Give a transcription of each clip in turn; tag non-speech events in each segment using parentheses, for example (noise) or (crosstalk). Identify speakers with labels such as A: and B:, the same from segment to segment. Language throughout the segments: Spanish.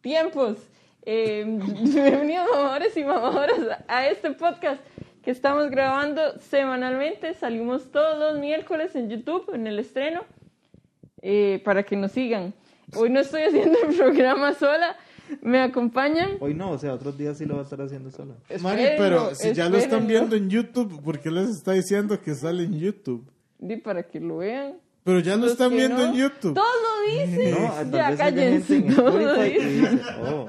A: tiempos. Eh, (laughs) bienvenidos mamadores y mamadoras a este podcast que estamos grabando semanalmente. Salimos todos los miércoles en YouTube, en el estreno, eh, para que nos sigan. Hoy no estoy haciendo el programa sola, me acompañan.
B: Hoy no, o sea, otros días sí lo va a estar haciendo sola.
C: Mari, pero si ya lo están viendo en YouTube, ¿por qué les está diciendo que sale en YouTube?
A: Di para que lo vean.
C: Pero ya lo
A: Los
C: están
A: que
C: viendo
A: no,
C: en YouTube.
A: Todos lo dicen.
B: No, a- tal
A: ya
B: vez haya
A: cállense.
B: gente en
A: todos lo
B: Spotify que
A: dicen.
B: dice, oh,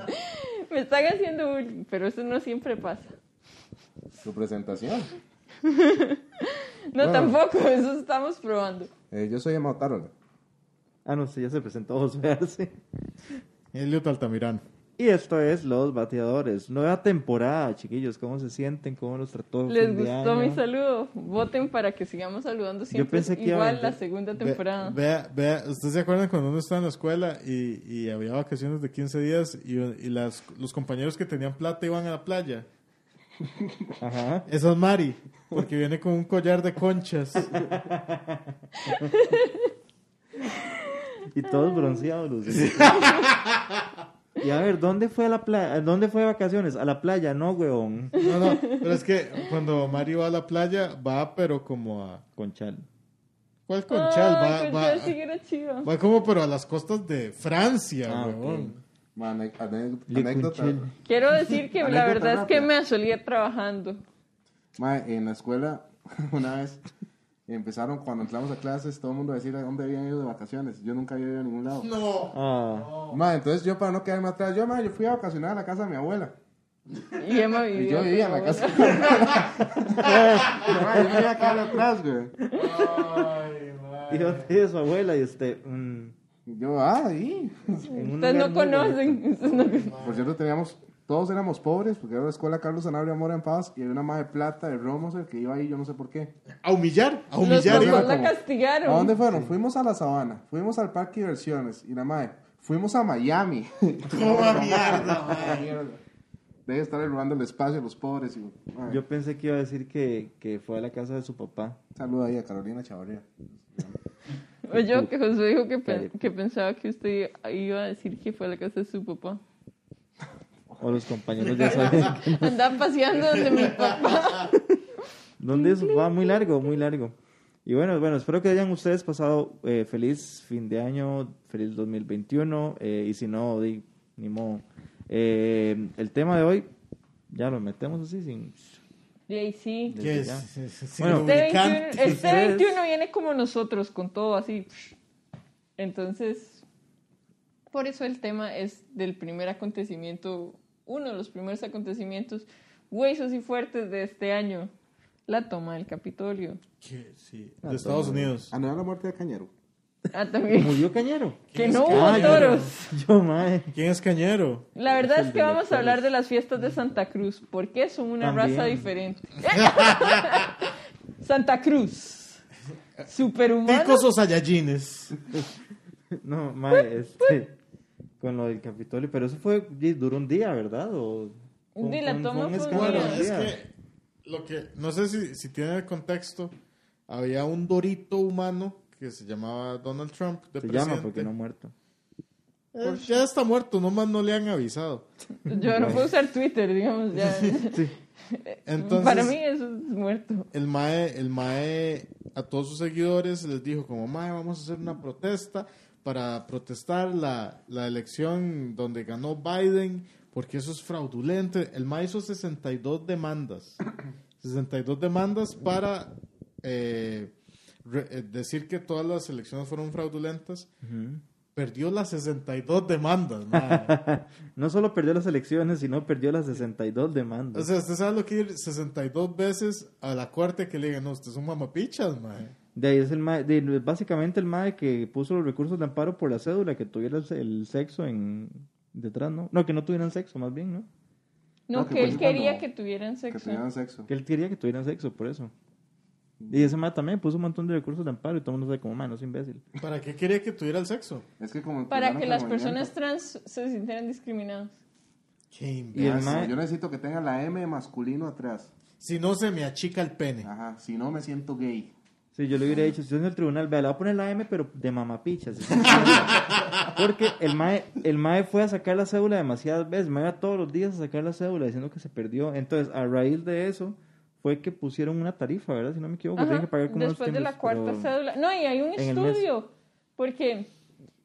A: Me están haciendo bullying, pero eso no siempre pasa.
D: su presentación.
A: No,
D: Bueno.
A: tampoco, (laughs) eso estamos probando.
D: Eh, yo soy Emma Otárola.
B: Ah, no, sí, ya se presentó (laughs) José Arce.
C: Elliot Altamirano.
B: Y esto es Los Bateadores. Nueva temporada, chiquillos. ¿Cómo se sienten? ¿Cómo los trató?
A: ¿Les
B: fin de
A: gustó
B: año?
A: mi saludo? Voten para que sigamos saludando siempre.
B: pensé que iba a
A: Igual la
B: vender.
A: segunda
C: Ve-
A: temporada.
C: Vea, vea, ¿ustedes se acuerdan cuando uno estaba en la escuela y, y había vacaciones de 15 días y, y las, los compañeros que tenían plata iban a la playa?
B: Ajá.
C: Esa es Mari, porque viene con un collar de conchas.
B: Y todos
A: (laughs)
B: bronceados. los- y a ver, ¿dónde fue a la playa? ¿Dónde fue de vacaciones? A la playa, no, weón.
C: No, no, pero es que cuando Mari va a la playa, va pero como a...
B: Con chal.
C: ¿Cuál conchal? Va,
A: Ay,
C: va-
A: Conchal Ah, sí que era chiva.
C: va como pero a las costas de Francia,
B: Ah,
C: huevón.
B: ok.
D: Ma, ane- ane-
B: Le
D: Anécdota.
B: conché.
A: Quiero decir que la
D: Anécdota
A: verdad es que
D: rápida.
A: me asolía trabajando.
D: Ma, en la escuela, (laughs) una vez empezaron, cuando entramos a clases, todo el mundo a decir a dónde habían ido de vacaciones. Yo nunca había ido a ningún lado.
C: No.
B: Ah,
D: Ma, entonces yo, para no quedarme atrás, yo, ma, yo fui a vacacionar a la casa de mi abuela.
A: Y Emma
D: Y
A: vivía.
D: yo vivía en la
A: con
D: casa
A: una-
D: de mi abuela. Ma, yo no había quedado atrás, güey.
B: y (laughs) dónde es su abuela y usted. mm,
D: Y yo, ah, ahí.
B: en un
A: Ustedes
B: lugar
A: Pues no
B: muy
A: conocen. ustedes no
D: (laughs)
A: conocen.
D: Por cierto, teníamos, todos éramos pobres, porque era la escuela Carlos Sanabria Mora en Paz, y había una ma de plata de Romos, el que iba ahí, yo no sé por qué.
C: A humillar, a
A: Los
C: humillar.
A: papás
D: iba
C: iba.
A: la
D: como-
A: castigaron.
D: ¿A dónde fueron? Fuimos a la sabana, fuimos al parque de diversiones y la madre, fuimos a Miami. (laughs)
A: (laughs)
C: Toma mierda,
D: Debe estar robando el espacio a los pobres. Y,
B: bueno.
D: mae,
B: Yo pensé que iba a decir que, que fue a la casa de su papá.
D: Saludo ahí a Carolina Chavarría.
A: Oye, yo que José dijo que, pe-
B: Cállate.
A: que pensaba que usted iba a decir que fue a la casa de su papá.
B: O los compañeros ya saben.
A: Andaba paseando donde mi papá.
B: ¿Dónde es? Va muy largo, muy largo. Y bueno, bueno, espero que hayan ustedes pasado eh, feliz fin de año, feliz 2021. eh, y si no, di, ni modo. Eh, el tema de hoy, ya lo metemos así sin...
A: Y ahí sí.
C: Que es,
B: Ya.
C: es- es
B: Bueno.
A: Este
C: lubricante.
A: 21, este
B: Ustedes-
A: 21 viene como nosotros, con todo así. Entonces, por eso el tema es del primer acontecimiento, uno de los primeros acontecimientos huesos y fuertes de este año, la toma del Capitolio.
C: Que sí,
B: Ah,
C: de Estados Unidos.
D: Anhelar la muerte de Cañero.
A: Ah, también.
B: ¿Murió Cañero?
A: (laughs)
B: Ah,
A: Que
C: es
A: no
C: que-
A: hubo
C: Ay,
A: toros.
B: (laughs) Yo, mae.
C: ¿Quién es Cañero?
A: La verdad es que vamos a hablar de las fiestas de Santa Cruz, porque son una
B: También.
A: raza (laughs) diferente. Santa Cruz. Superhumano.
C: Ticos o Sayajines.
B: No, mae, este... Con lo del Capitolio, pero eso fue, di, duró un día, ¿verdad? O,
A: Un día, la toma fue un
B: escándalo
C: Bueno,
A: Mira.
C: es que lo que no sé si, si tiene el contexto, había un dorito humano que se llamaba Donald Trump de
B: Se
C: presidente.
B: llama porque no ha
C: (laughs)
B: muerto.
C: Eh, ya está muerto, nomás no le han avisado.
A: Yo no puedo usar Twitter, digamos, ya. (laughs)
C: Entonces,
A: Para mí eso es muerto.
C: el mae, el mae a todos sus seguidores les dijo como mae, vamos a hacer una protesta para protestar la, la elección donde ganó Biden, porque eso es fraudulento. El mae hizo 62 demandas. (coughs) 62 demandas para eh, re- eh, decir que todas las elecciones fueron fraudulentas. Perdió las 62 demandas, mae.
B: No solo perdió las elecciones, sino perdió las 62
C: O
B: demandas.
C: sea, usted sabe lo que ir 62 veces a la corte que le digan, no, usted es un mamapichas, mae.
B: De ahí es el mae, de- básicamente el mae que puso los recursos de amparo por la cédula, que tuviera el, el sexo en detrás, ¿no? No, que no tuvieran sexo, más bien, ¿no?
A: No,
D: No, que
A: que él
D: fue cuando-
A: quería pues, que tuvieran
D: Que
A: sexo.
D: tenían sexo.
B: Que él quería que tuvieran sexo, por eso. Y ese mae también puso un montón de recursos de amparo y todo el mundo fue como, mae, no es imbécil.
C: ¿Para qué quería que tuviera el sexo?
D: Es que como
A: Para
D: empezaron
A: que
D: con
A: las
D: el
A: personas
D: movimiento,
A: trans se sintieran discriminadas.
C: Qué
B: Y
C: imbécil.
B: el
D: ah,
B: mae,
D: sí, Yo necesito que tenga la M de masculino atrás.
B: Ah.
C: Si no se me achica el pene.
D: Ajá, si no me siento gay.
B: sí, Sí, yo le hubiera dicho, si usted en el tribunal, vea, le voy a poner la M, pero de mamapichas. Porque el mae, el mae fue a sacar la cédula demasiadas veces, el mae iba todos los días a sacar la cédula diciendo que se perdió. Entonces, a raíz de eso, fue que pusieron una tarifa, ¿verdad? Si no me equivoco, tienen
A: Ajá,
B: que pagar como unos
A: Después de la
B: timbres,
A: cuarta
B: pero-
A: cédula. No, y hay un
B: en el mes.
A: estudio, porque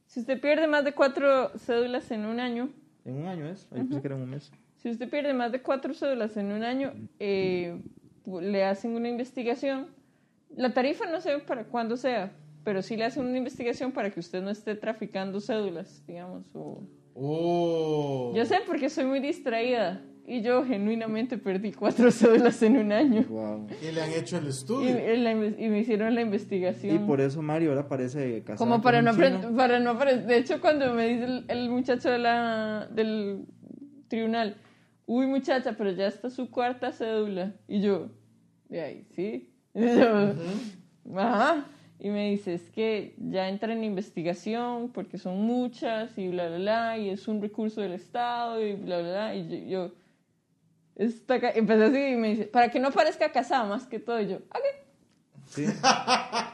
A: si usted pierde más de cuatro cédulas en un año,
B: En un año es, ahí pensé que era en un mes.
A: si usted pierde más de cuatro cédulas en un año, eh, pu- le hacen una investigación. La tarifa no sé para cuándo sea, pero sí le hacen una investigación para que usted no esté traficando cédulas, digamos. o-
C: Oh.
A: Yo sé porque soy muy distraída y yo genuinamente perdí cuatro (laughs) cédulas en un año.
B: Wow.
C: Y le han hecho el
A: Y,
C: estudio.
A: y la inves- y me hicieron la investigación.
B: Y por eso Mario ahora parece casado.
A: Como para no,
B: aprender.
A: aprend- para no apare- De hecho, cuando me dice el, el muchacho de la, del tribunal, uy muchacha, pero ya está su cuarta cédula. Y yo, de ahí, sí. Y yo, ajá. Y me dice, es que ya entra en investigación porque son muchas y bla, bla, bla, y es un recurso del Estado y bla, bla, bla. Y yo, yo, está ca- empecé así y me dice, para que no parezca casada más que todo. Y yo, ok.
B: Sí.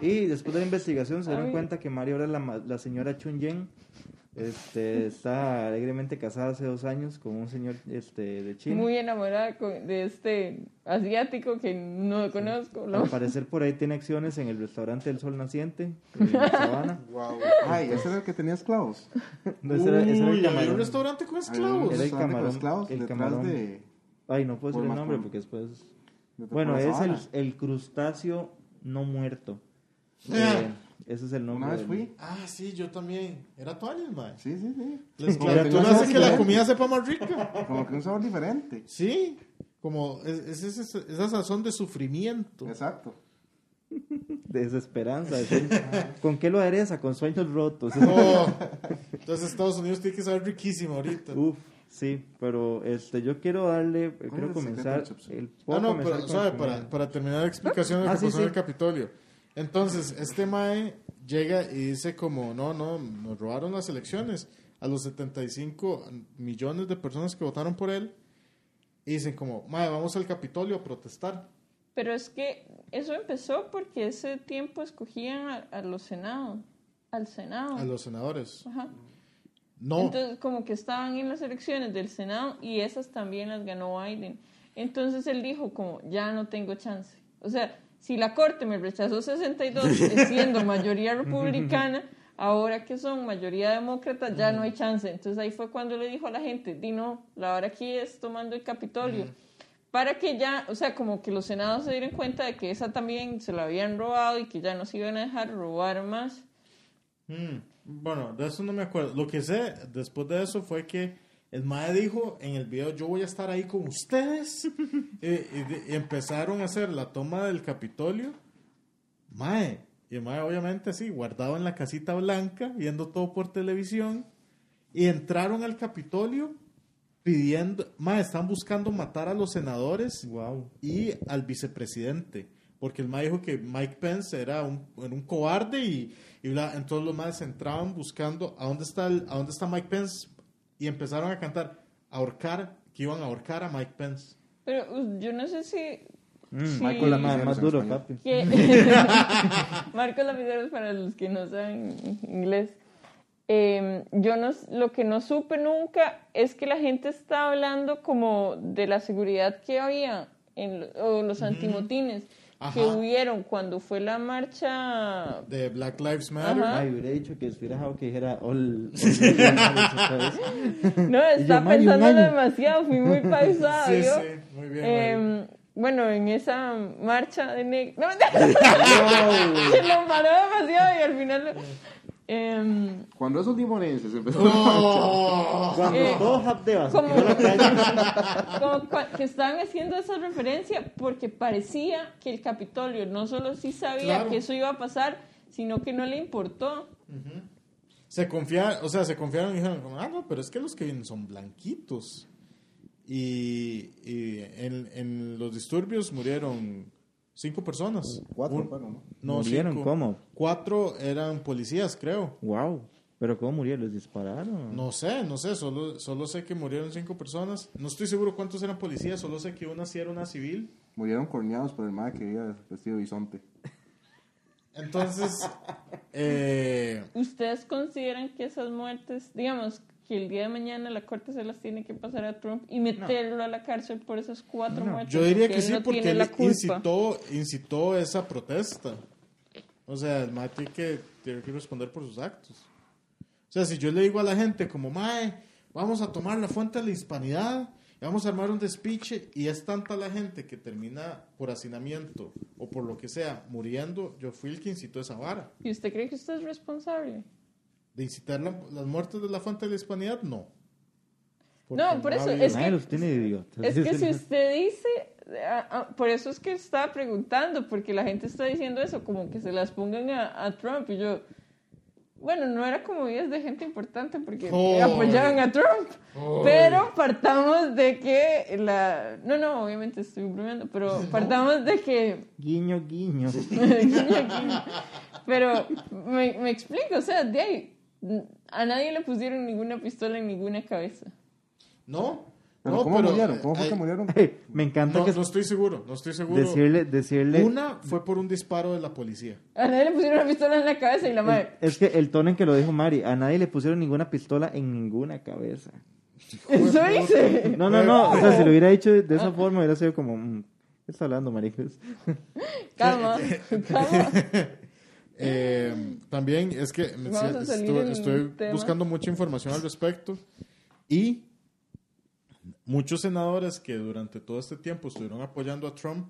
B: Y después de la investigación se dieron
A: Ay.
B: cuenta que Mario ahora la, ma- la señora Chun Yen este, está alegremente casada hace dos años con un señor este, de China.
A: Muy enamorada con- de este asiático que no conozco. lo-
B: Al parecer por ahí tiene acciones en el restaurante del
A: (laughs)
B: Sol Naciente, en la Sabana.
C: Wow.
D: Ay, ese era el que tenía esclavos.
B: No, ese Pues era- ese era el
C: Uy, había
B: camarón.
C: un restaurante con
D: Había un
C: esclavos.
B: Era el
D: restaurante con
B: camarón,
D: esclavos
B: el
D: detrás
B: camarón.
D: de- de
B: Ay, no puedo decir el
D: Por
B: nombre
D: Macul.
B: porque después...
D: detrás
B: Bueno,
D: de la
B: es el,
D: sabana.
B: el crustáceo no
D: (gasps)
B: muerto.
C: Ah.
B: Eh, ese es el nombre.
D: Una vez
B: del-
D: fui.
C: Ah, sí, yo también. Era tu animal.
D: Sí, sí, sí.
C: La
D: Como
C: esclavitud
D: que tenía un
C: hace que la
D: sabor
C: comida sepa más rica.
D: diferente, Como que un sabor diferente.
C: Sí. Como es, es- es- es- esa sazón de sufrimiento.
D: Exacto.
B: Desesperanza.
D: (laughs)
B: es el- ¿Con qué lo adereza? Con sueños rotos.
C: Oh, entonces Estados Unidos tiene que saber riquísimo ahorita.
B: Uf, sí, pero este, yo quiero darle, eh,
D: es
B: quiero
D: el
B: comenzar.
D: secreto del chupsum?
B: El,
C: Ah,
B: puedo
C: no,
B: comenzar
C: pero
B: con
C: ¿sabe?
B: la
C: Para,
B: comida.
C: para terminar la explicación de lo
B: Ah,
C: que
B: sí,
C: pasó en
B: sí.
C: el Capitolio. Entonces, este mae llega y dice como, no, no, nos robaron las elecciones a los 75 millones de personas que votaron por él. Y dicen como, mae, vamos al Capitolio a protestar.
A: Pero es que eso empezó porque ese tiempo escogían a, a los senados, al senado.
C: A los senadores.
A: Ajá.
C: No,
A: Entonces, como que estaban en las elecciones del senado y esas también las ganó Biden. Entonces él dijo como, ya no tengo chance. O sea, si la corte me rechazó 62 eh, siendo mayoría republicana, ahora que son mayoría demócrata ya no hay chance. Entonces ahí fue cuando le dijo a la gente, di no, la hora aquí es tomando el Capitolio para que ya, o sea, como que los senados se dieran cuenta de que esa también se la habían robado y que ya no se iban a dejar robar más.
C: Mm, bueno, de eso no me acuerdo. Lo que sé después de eso fue que el Mae dijo en el video, yo voy a estar ahí con ustedes. Eh, y, de- y empezaron a hacer la toma del Capitolio. Mae. Y el Mae obviamente así, guardado en la casita blanca, viendo todo por televisión. Y entraron al Capitolio pidiendo, Mae, están buscando matar a los senadores
B: Guau.
C: y al vicepresidente. Porque el MAE dijo que Mike Pence era un, era un cobarde y, y bla. entonces los MAEs entraban buscando a dónde, está el- a dónde está Mike Pence y empezaron a cantar, ahorcar, que iban a ahorcar a Mike Pence.
A: Pero uh, yo no sé si...
B: Mm,
A: si-
D: Michael Lamar.
B: más, más
D: en
B: duro,
D: español.
B: papi.
A: que- Marco Lapiceros para los que no saben inglés. Eh, yo no, lo que no supe nunca es que la gente está hablando como de la seguridad que había en lo- o los antimotines
C: Ajá.
A: que hubieron cuando fue la
C: (laughs)
A: marcha (laughs)
C: De Black Lives Matter.
A: Ajá.
B: Ay, hubiera dicho que estuviera dejado que dijera all.
C: (laughs)
B: all- otra vez.
C: Eh,
A: No,
B: yo,
A: estaba
B: Mario,
A: pensándolo
B: Mario.
A: demasiado, fui muy pausada,
C: Sí,
A: ¿vio?
C: sí, muy bien,
A: Em, bueno, en esa marcha de (laughs) negro... No, mentira. se lo paró demasiado y al final... lo- Em,
D: Cuando esos limonenses empezaron
C: Oh.
B: Cuando
A: Eh,
B: todos habdeban,
A: como-
B: yo la playa.
A: (laughs) como cua- que estaban haciendo esa referencia porque parecía que el Capitolio no solo sí sabía
C: Claro.
A: que eso iba a pasar, sino que no le importó.
C: Se confiaron, o sea, se confiaron y dijeron, como, ah, no, pero es que los que vienen son blanquitos. Y, y en, en los disturbios murieron cinco personas.
D: Cuatro,
C: Un-
D: bueno, ¿no?
C: No,
B: ¿Murieron?
C: cinco.
B: ¿Cómo?
C: Cuatro eran policías, creo.
B: Wow. Pero ¿cómo murieron? ¿Les dispararon?
C: No sé, no sé, solo, solo sé que murieron cinco personas. No estoy seguro cuántos eran policías, solo sé que una sí era una civil.
D: Murieron corneados por el madre que había vestido de bisonte.
A: (laughs)
C: Entonces, eh,
A: ¿Ustedes consideran que esas muertes, digamos, que el día de mañana la corte se las tiene que pasar a Trump y meterlo a la cárcel por esas cuatro muertes?
C: yo diría
A: él
C: que sí,
A: no
C: porque
A: tiene
C: él
A: la culpa.
C: incitó, incitó esa protesta. O sea, el mae tiene que, tiene que responder por sus actos. O sea, si yo le digo a la gente como, mae, vamos a tomar la fuente de la hispanidad, y vamos a armar un despiche, y es tanta la gente que termina por hacinamiento o por lo que sea muriendo, yo fui el que incitó esa vara.
A: ¿Y usted cree que usted es responsable?
C: ¿De incitar la- las muertes de la fuente de la hispanidad? No.
A: No, por eso,
C: había-
A: es
B: Nadie
A: que-
B: los tiene de idiotas.
A: Es
B: (laughs)
A: que si usted dice, ah, ah, por eso es que estaba preguntando, porque la gente está diciendo eso, como que se las pongan a, a Trump y yo, bueno, no era como días de gente importante porque
C: Joder.
A: apoyaban a Trump,
C: Joder.
A: pero partamos de que la, no, no, obviamente estoy bromeando, pero partamos de que (laughs)
B: Guiño, guiño.
A: pero me, me explico, o sea, de ahí, a nadie le pusieron ninguna pistola en ninguna cabeza.
C: No,
D: Pero
C: no,
D: ¿Cómo
C: pero,
D: murieron? ¿Cómo fue
C: eh,
D: que murieron?
B: Ey, Me encanta
C: No,
B: que
C: no estoy seguro, no estoy seguro.
B: decirle, decirle.
C: Una fue por un disparo de la policía.
A: A nadie le pusieron una pistola en la cabeza y la madre.
B: Es que el tono en que lo dijo Mari, a nadie le pusieron ninguna pistola en ninguna cabeza.
A: Eso hice.
B: No, no, no. O sea, si lo hubiera hecho de
A: Ah.
B: esa forma, hubiera sido como. mm, ¿Qué está hablando, maricas?
A: Calma, calma.
C: Eh, también es que me-
A: Vamos a salir
C: estuve-
A: en
C: estoy
A: tema.
C: buscando mucha información al respecto y muchos senadores que durante todo este tiempo estuvieron apoyando a Trump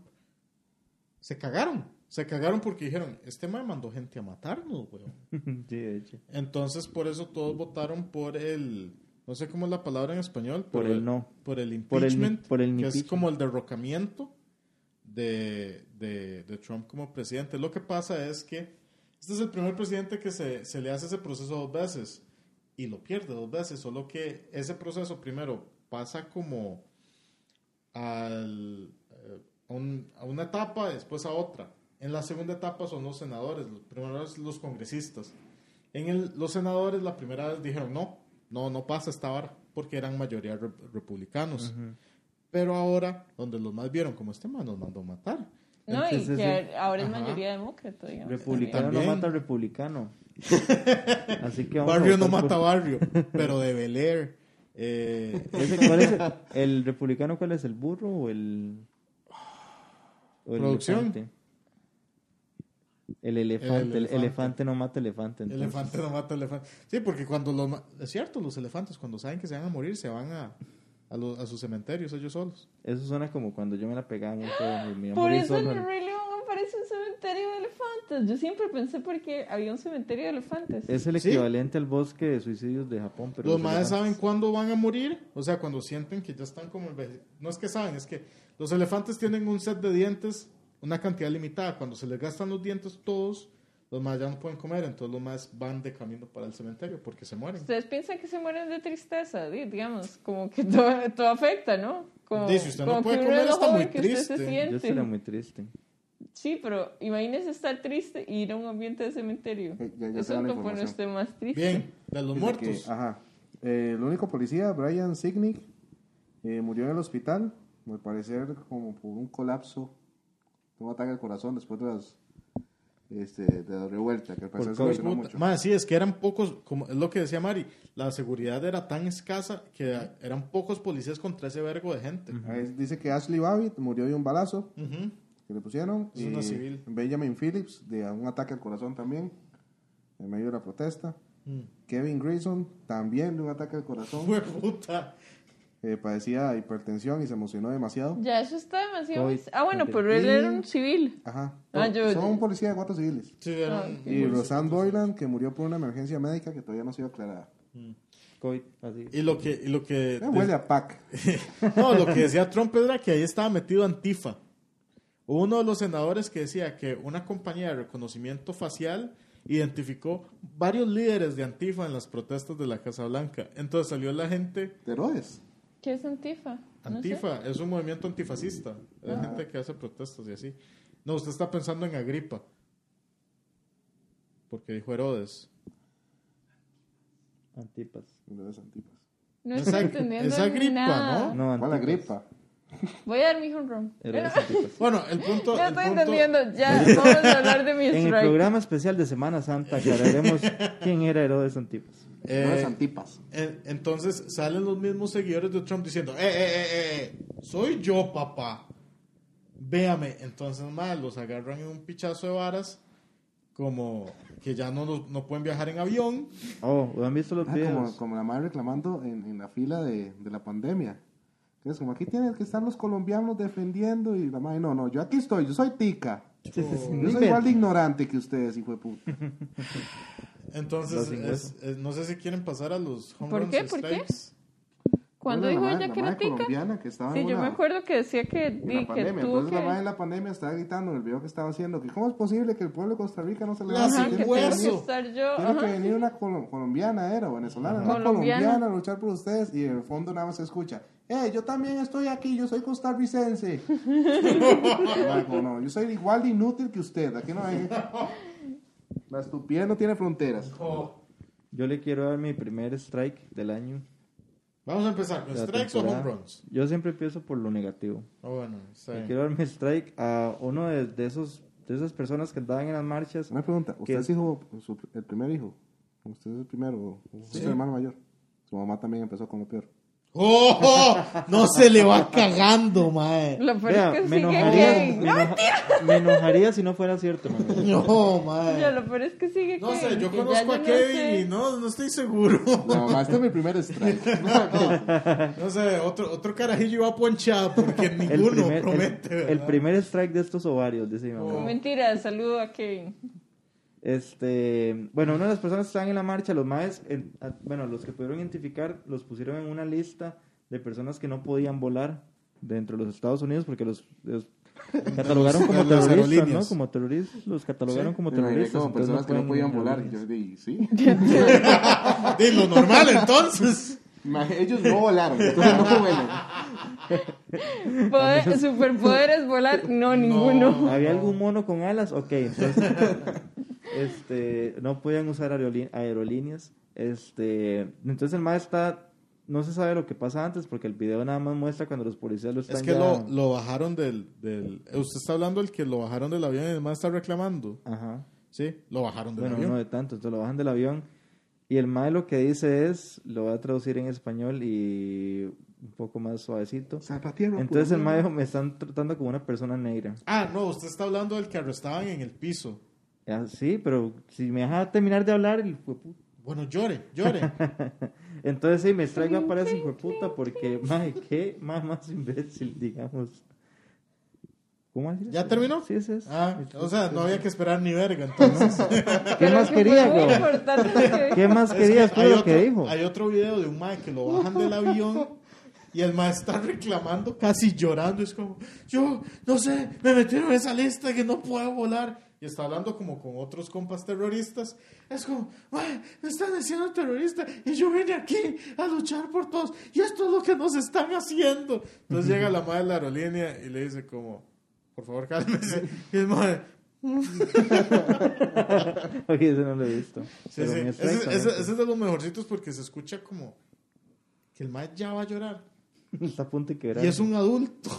C: se cagaron. Se cagaron porque dijeron, este man mandó gente a matarnos, weón.
B: (laughs) Sí, de hecho.
C: Entonces, por eso todos votaron por el. No sé cómo es la palabra en español.
B: Por el no.
C: Por el
B: Por el ni-
C: impeachment.
B: por el
C: que es
B: impeachment.
C: como el derrocamiento de, de, de Trump como presidente. Lo que pasa es que este es el primer presidente que se, se le hace ese proceso dos veces y lo pierde dos veces. Solo que ese proceso primero pasa como al, eh, a, un- a una etapa, después a otra. En la segunda etapa son los senadores, los primeros los congresistas. En el- los senadores la primera vez dijeron no, no, no pasa esta vara, porque eran mayoría re- republicanos. Pero ahora, donde los más vieron como este man nos mandó a matar.
A: No, y
B: Entonces,
A: que ahora es
C: ajá.
A: mayoría demócrata, digamos.
B: Republicano
C: También.
B: no mata al republicano.
C: (laughs)
B: Así que vamos a
C: Barrio no
B: votar por-
C: mata
B: (laughs)
C: barrio, pero de Bel Air. eh,
B: ¿Ese cuál es el, el republicano cuál es el burro o el, o el
C: Producción.
B: elefante? El elefante, el
C: elefante.
B: elefante no mata elefante. entonces.
C: elefante no mata elefante. Sí, porque cuando los... ma- Es cierto, los elefantes cuando saben que se van a morir, se van a, a, los- a sus cementerios ellos solos.
B: Eso suena como cuando yo me la pegaba mucho. y me iba a
A: Por
B: morir
A: eso en
B: solo.
A: el Rey León aparece un cementerio de elefantes. Yo siempre pensé porque había un cementerio de elefantes.
B: Es el
C: Sí.
B: equivalente al bosque de suicidios de Japón. Pero
C: los
B: los
C: madres saben
B: elefantes.
C: cuándo van a morir, o sea, cuando sienten que ya están como... enveje- No es que saben, es que los elefantes tienen un set de dientes, una cantidad limitada. Cuando se les gastan los dientes todos, los madres ya no pueden comer, entonces los madres van de camino para el cementerio porque se mueren.
A: Ustedes piensan que se mueren de tristeza, di- digamos, como que todo, todo afecta, ¿no? Como,
C: Dice, usted no
A: como
C: puede
A: que
C: comer,
A: uno es lo
C: está
A: joven
C: muy
A: que usted
C: triste.
A: se
C: Yo
B: Yo
A: siente.
B: sería muy triste.
A: Sí, pero imagínese estar triste y ir a un ambiente de cementerio.
D: Eh, ya- ya
A: Eso
D: tengo la
A: no pone
D: información.
A: usted más triste.
C: Bien, de los
D: Dice que- ah,
C: muertos.
D: ajá. Eh, el único policía, Brian Signick, eh, murió en el hospital, al parecer como por un colapso, un ataque al corazón después de las este, de la revuelta, que al parecer se
B: COVID.
D: lesionó mucho.
C: Más, sí, es que eran pocos, como es lo que decía Mari, la seguridad era tan escasa que eran pocos policías contra ese vergo de gente.
D: Ahí dice que Ashley Babbitt murió de un balazo
C: Ujú.
D: que le pusieron.
C: Es una civil.
D: Benjamin Phillips, de un ataque al corazón también, en medio de la protesta.
C: Mm. (laughs)
D: Kevin Grayson, también de un ataque al corazón.
C: Fue puta.
D: Eh, padecía hipertensión y se emocionó demasiado.
A: Ya, eso está demasiado.
B: Covid.
A: Ah, bueno,
B: Ok.
A: pero él era
D: Y-
A: un civil.
D: Ajá.
A: Ah, yo-
D: Son un policía de cuatro civiles.
C: Sí, eran-
A: Ah, ok.
D: Y Rosanne Boylan, que murió por una emergencia médica que todavía no ha sido aclarada.
B: COVID, así.
C: Y lo que, y lo que
D: Eh, huele a PAC.
C: No, lo que decía Trump era que ahí estaba metido Antifa. Hubo Uno de los senadores que decía que una compañía de reconocimiento facial identificó varios líderes de Antifa en las protestas de la Casa Blanca. Entonces salió la gente
D: De Herodes.
A: ¿Qué es Antifa? No sé.
C: Antifa es un movimiento antifascista. Hay gente que hace protestas y así. No, usted está pensando en Agripa. Porque dijo Herodes.
B: Antipas.
D: Herodes Antipas.
A: No
C: Es
A: estoy
C: Ag-
A: entendiendo
C: es Agripa,
A: nada.
C: ¿no?
B: No, antipas.
D: ¿Cuál la gripa?
A: Voy a dar mi home run.
B: Héroes en
C: (laughs)
B: pipas.
C: Bueno,
A: (gasps)
C: el punto.
A: Ya
C: el
A: estoy
C: punto-
A: entendiendo. Ya vamos a hablar de mi
B: En el
A: strike.
B: programa especial de Semana Santa
D: (laughs)
B: aclararemos quién era Herodes Antipas.
C: eh,
D: No es antipas.
C: en- entonces salen los mismos seguidores de Trump diciendo: eh, eh, eh, eh, soy yo, papá. Véame. Entonces, mal, los agarran en un pichazo de varas. Como que ya no, los- no pueden viajar en avión.
B: Oh, ¿han visto los
D: Ah,
B: videos?
D: como, como la madre reclamando en, en la fila de, de la pandemia. Que es como aquí tienen que estar los colombianos defendiendo y la madre, no, no, yo aquí estoy, yo soy tica.
B: Sí, sí, sí, no
D: Yo soy
B: inventen.
D: igual de ignorante que ustedes, hijo de puta.
C: Entonces,
B: Los sin
C: es- es- no sé si quieren pasar a los home
A: ¿Por
C: runs
A: qué?
C: y
A: ¿Por qué?
C: strikes.
A: Cuando
D: Bueno,
A: dijo
D: la madre-
A: ella
D: la
A: que era
D: madre
A: pica.
D: colombiana que estaba en
A: Sí, yo
D: una-
A: me acuerdo que decía que,
D: En
A: di,
D: la
A: que
D: pandemia.
A: tuvo
D: Entonces
A: que...
D: la madre en la pandemia estaba gritando en el video que estaba haciendo que cómo es posible que el pueblo de Costa Rica no se le
C: La
A: Ajá,
C: sin
A: que tengo que
C: hueso.
A: estar yo.
D: Tiene que
A: Ajá.
D: venir una colo- colombiana, era venezolana, una
A: Colombiana.
D: colombiana. a luchar por ustedes y en el fondo nada más se escucha. ¡Eh, yo también estoy aquí! ¡Yo soy costarricense! Madre, como no, yo soy igual de inútil que usted. Aquí no hay... La estupidez no tiene fronteras.
C: Jo.
B: Yo le quiero dar mi primer strike del año.
C: Vamos a empezar con
B: de la
C: strikes o home
B: temporada.
C: runs.
B: Yo siempre empiezo por lo negativo.
C: Ah, bueno, está
B: Le
C: bien.
B: quiero dar mi strike a uno de, de esos, de esas personas que andaban en las marchas.
D: Una pregunta. ¿Usted
B: ¿Qué?
D: es hijo, su- el primer hijo? ¿Usted es el primero? o ¿Usted es el hermano mayor? Su mamá también empezó con lo peor.
C: ¡Oh! oh! (laughs) No se le va cagando, mae.
A: (laughs) Lo peor
B: Vea,
A: es que
B: me,
A: sigue
B: enojaría,
A: Kevin.
B: me enoja- me enojaría si no fuera cierto.
C: (laughs)
B: Manuel.
C: No,
A: (laughs) Ya,
C: mae.
A: lo peor es que sigue
C: No sé,
A: Kevin,
C: yo
A: que ya
C: conozco
A: yo
C: a
A: no
C: Kevin
A: sé.
C: y no, no estoy seguro.
B: (laughs)
D: La mamá, este es mi primer strike.
C: No sé, otro, otro carajillo iba
B: (laughs)
C: ponchado porque
B: El
C: ninguno
B: primer,
C: promete.
B: el,
C: ¿verdad?
B: el primer strike de estos ovarios, dice mi mamá.
C: Oh.
A: Mentira, saludo a Kevin.
B: Este, bueno, una de las personas que estaban en la marcha, los maes, en- a- bueno, los que pudieron identificar, los pusieron en una lista de personas que no podían volar dentro de los Estados Unidos porque los,
D: (laughs)
B: los catalogaron
C: Los-
B: como
C: las
B: terroristas, ¿no?
C: aerolíneas.
B: Como terroristas, los catalogaron
C: Sí,
B: como
D: Me imaginé
B: terroristas.
D: como
B: entonces
D: personas que no
B: pueden ir
D: podían
B: en
D: volar. Y
B: aerolíneas.
D: yo dije, sí.
C: De lo normal,
B: (laughs)
C: entonces.
D: Ma- Ellos no volaron, entonces no vuelan.
A: Poder, superpoder es volar, no, ninguno.
B: ¿Había algún mono con alas? Ok, entonces. (laughs) este, no podían usar aerolí- aerolíneas. Este, entonces el maestro está. No se sabe lo que pasa antes porque el video nada más muestra cuando los policías lo están
C: Es que
B: ya-
C: lo, lo bajaron del, del. eh, Usted está hablando del que lo bajaron del avión y además está reclamando.
B: Ajá.
C: Sí, lo bajaron del
B: Bueno,
C: avión.
B: no de tanto, entonces lo bajan del avión. Y el mae lo que dice es, lo voy a traducir en español y un poco más suavecito.
D: Zapatero.
B: Entonces el mae dijo, me están tratando como una persona negra.
C: Ah, no, usted está hablando del que arrestaban en el piso.
B: Ah, Sí, pero si me deja terminar de hablar, el juepu-
C: Bueno, llore,
B: (laughs)
C: llore.
B: Entonces sí, me extraigo para ese hijo de puta porque, mae, qué mae más imbécil, digamos. ¿Cómo así?
C: ¿Ya terminó?
B: Sí, sí, sí.
C: Ah, o sea, no había que esperar ni
B: (laughs)
C: verga, entonces.
B: ¿Qué
A: Pero
B: más
A: que fue
B: quería,
A: muy
B: güey?
A: importante que-
B: ¿Qué
C: (laughs)
B: más querías tú
C: hay,
B: lo
C: otro,
B: que dijo?
C: hay otro video de un mae que lo bajan del avión y el mae está reclamando, casi llorando. Es como, yo no sé, me metieron en esa lista que no puedo volar. Y está hablando como con otros compas terroristas. Es como, mae, me están diciendo terrorista y yo vine aquí a luchar por todos. Y esto es lo que nos están haciendo. Entonces llega la madre de la aerolínea y le dice como, por
B: (laughs)
C: favor, cálmese. Y el mae,
B: (laughs) Oye, ese no lo he visto.
C: Sí,
B: pero
C: sí.
B: mi
C: Ese,
B: strike también pues.
C: ese-
B: fue-
C: ese es de los mejorcitos porque se escucha como que el mae ya va a llorar.
B: Está a punto de quebrar.
C: Y es
B: (laughs)
C: un adulto.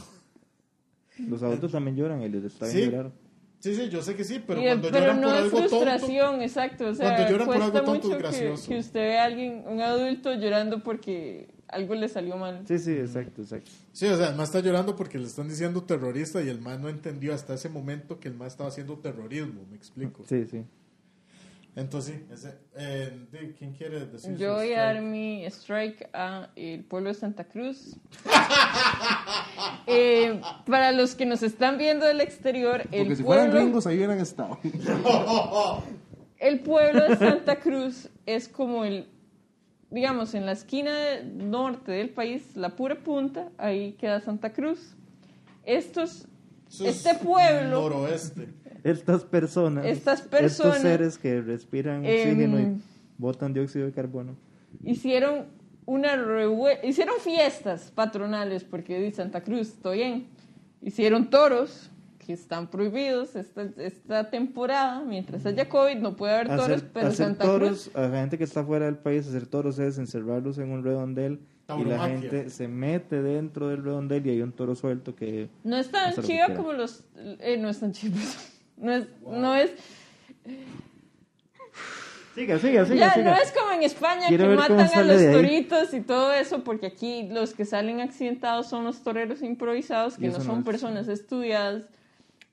B: Los adultos también lloran y les está bien
C: Sí.
B: llorar.
C: Sí, sí, yo sé que sí, pero
A: Y el-
C: cuando
A: pero
C: lloran
A: no
C: por
A: es
C: algo tonto.
A: frustración, exacto. O sea,
C: Cuando lloran por
A: cuesta
C: algo tonto,
A: mucho que,
C: gracioso.
A: que usted vea a alguien, un adulto, llorando porque algo le salió mal.
B: Sí, sí, exacto, exacto.
C: Sí, o sea, el mae está llorando porque le están diciendo terrorista y el mae no entendió hasta ese momento que el mae estaba haciendo terrorismo, me explico.
B: Sí, sí.
C: Entonces, sí, ese- eh, di, ¿quién quiere decir?
A: Yo
C: su
A: voy a dar
C: strike?
A: mi strike a el pueblo de Santa
C: (laughs)
A: Cruz. Eh, para los que nos están viendo del exterior,
D: Porque
A: el
D: si fueran
A: pueblo,
D: gringos ahí hubieran estado. (laughs)
A: el pueblo de Santa Cruz es como el, digamos, en la esquina de- norte del país, la pura punta, ahí queda Santa Cruz. Estos,
C: Sus-
A: este pueblo-
C: Noroeste.
B: Estas personas.
A: Estas personas-
B: Estos seres que respiran
A: Em,
B: oxígeno y botan dióxido de carbono.
A: hicieron una revue- hicieron fiestas patronales porque di Santa Cruz, estoy bien. Hicieron toros que están prohibidos esta, esta temporada, mientras haya COVID no puede haber toros,
B: Hacer,
A: pero
B: hacer
A: Santa Cruz
B: toros a la gente que está fuera del país, hacer toros es encerrarlos en un redondel y la
C: Tauromaquia.
B: gente se mete dentro del redondel y hay un toro suelto que
A: No es tan
B: Hacer lo que
A: chiva
B: quiera.
A: como los... eh, no es tan chiva. (laughs) No es... No es
B: siga, siga, siga,
A: ya,
B: siga.
A: no es como en España
B: Quiero
A: que
B: ver cómo
A: matan a
B: sale
A: los
B: de ahí.
A: toritos y todo eso, porque aquí los que salen accidentados son los toreros improvisados,
B: Y
A: que
B: eso
A: no
B: no
A: son
B: es-
A: personas estudiadas.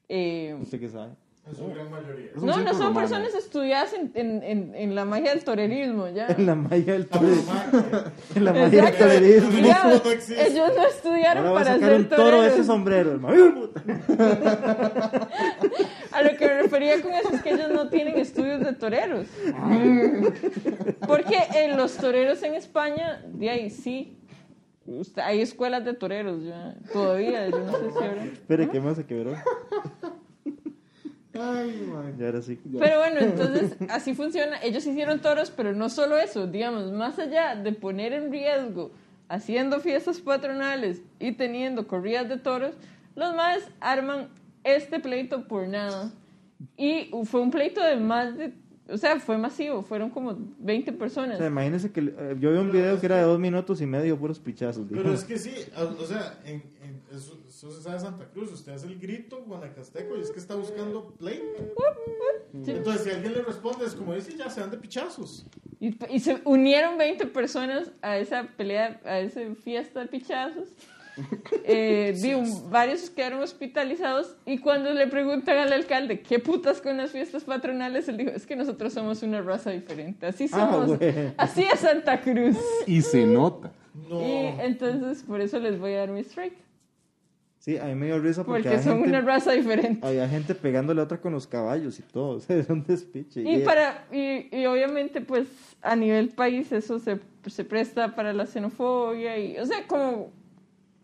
A: eh,
B: Usted qué sabe.
C: En su
B: (laughs)
C: gran mayoría.
D: Es un
A: no, no
D: circo
A: son
D: romano.
A: personas estudiadas en, en- en- en la magia del torerismo, ya.
B: (laughs) En la malla del (laughs) toro.
C: Tauromaquia.
B: En la malla del
A: Exacto.
B: torerismo.
A: Digamos,
C: No existe.
A: ellos no estudiaron
B: Ahora va a
A: para
B: sacar
A: ser
B: un toro de ese
A: toreros.
B: sombrero. hermano. ¡Hijo de puta!
A: A lo que me refería con eso es que ellos no tienen estudios de
B: (laughs)
A: toreros. Porque en los toreros en España, de ahí sí. Usted- Hay escuelas de toreros ya, todavía, yo no sé si ahora.
B: Espere, ¿qué más se quebró?
C: Ay, madre.
B: Y ahora sí.
A: Pero bueno, entonces así funciona. Ellos hicieron toros, pero no solo eso, digamos, más allá de poner en riesgo haciendo fiestas patronales y teniendo corridas de toros, los más arman este pleito por nada. Y fue un pleito de más de, o sea, fue masivo, fueron como 20
B: O
A: personas.
B: sea, imagínese que eh, yo vi un video que era de dos minutos y medio, puros pichazos.
C: Pero
B: digo.
C: (laughs) es que sí, o o sea, en, en- eso, eso se sabe en Santa Cruz. Usted hace el grito guanacasteco y es que está buscando pleito.
A: Sí.
C: Entonces, si alguien le responde, es como dice, ya se dan de pichazos.
A: Y, y se unieron 20 personas a esa pelea, a esa fiesta de pichazos.
B: (laughs)
A: Eh, di, un- varios quedaron hospitalizados y cuando le preguntan al alcalde qué putas con las fiestas patronales, él dijo, es que nosotros somos una raza diferente, así
B: (laughs) Ah,
A: somos,
B: güey.
A: así es Santa Cruz.
D: Y se nota.
C: No.
A: Y entonces por eso les voy a dar mi strike,
B: Sí, a mí me dio risa porque,
A: porque
B: había,
A: son
B: gente,
A: una raza diferente.
B: había gente pegándole a otra con los caballos y todo. (laughs) O sea, era un despiche.
A: Y, para, y, y obviamente, pues a nivel país, eso se, se presta para la xenofobia. Y, o sea, como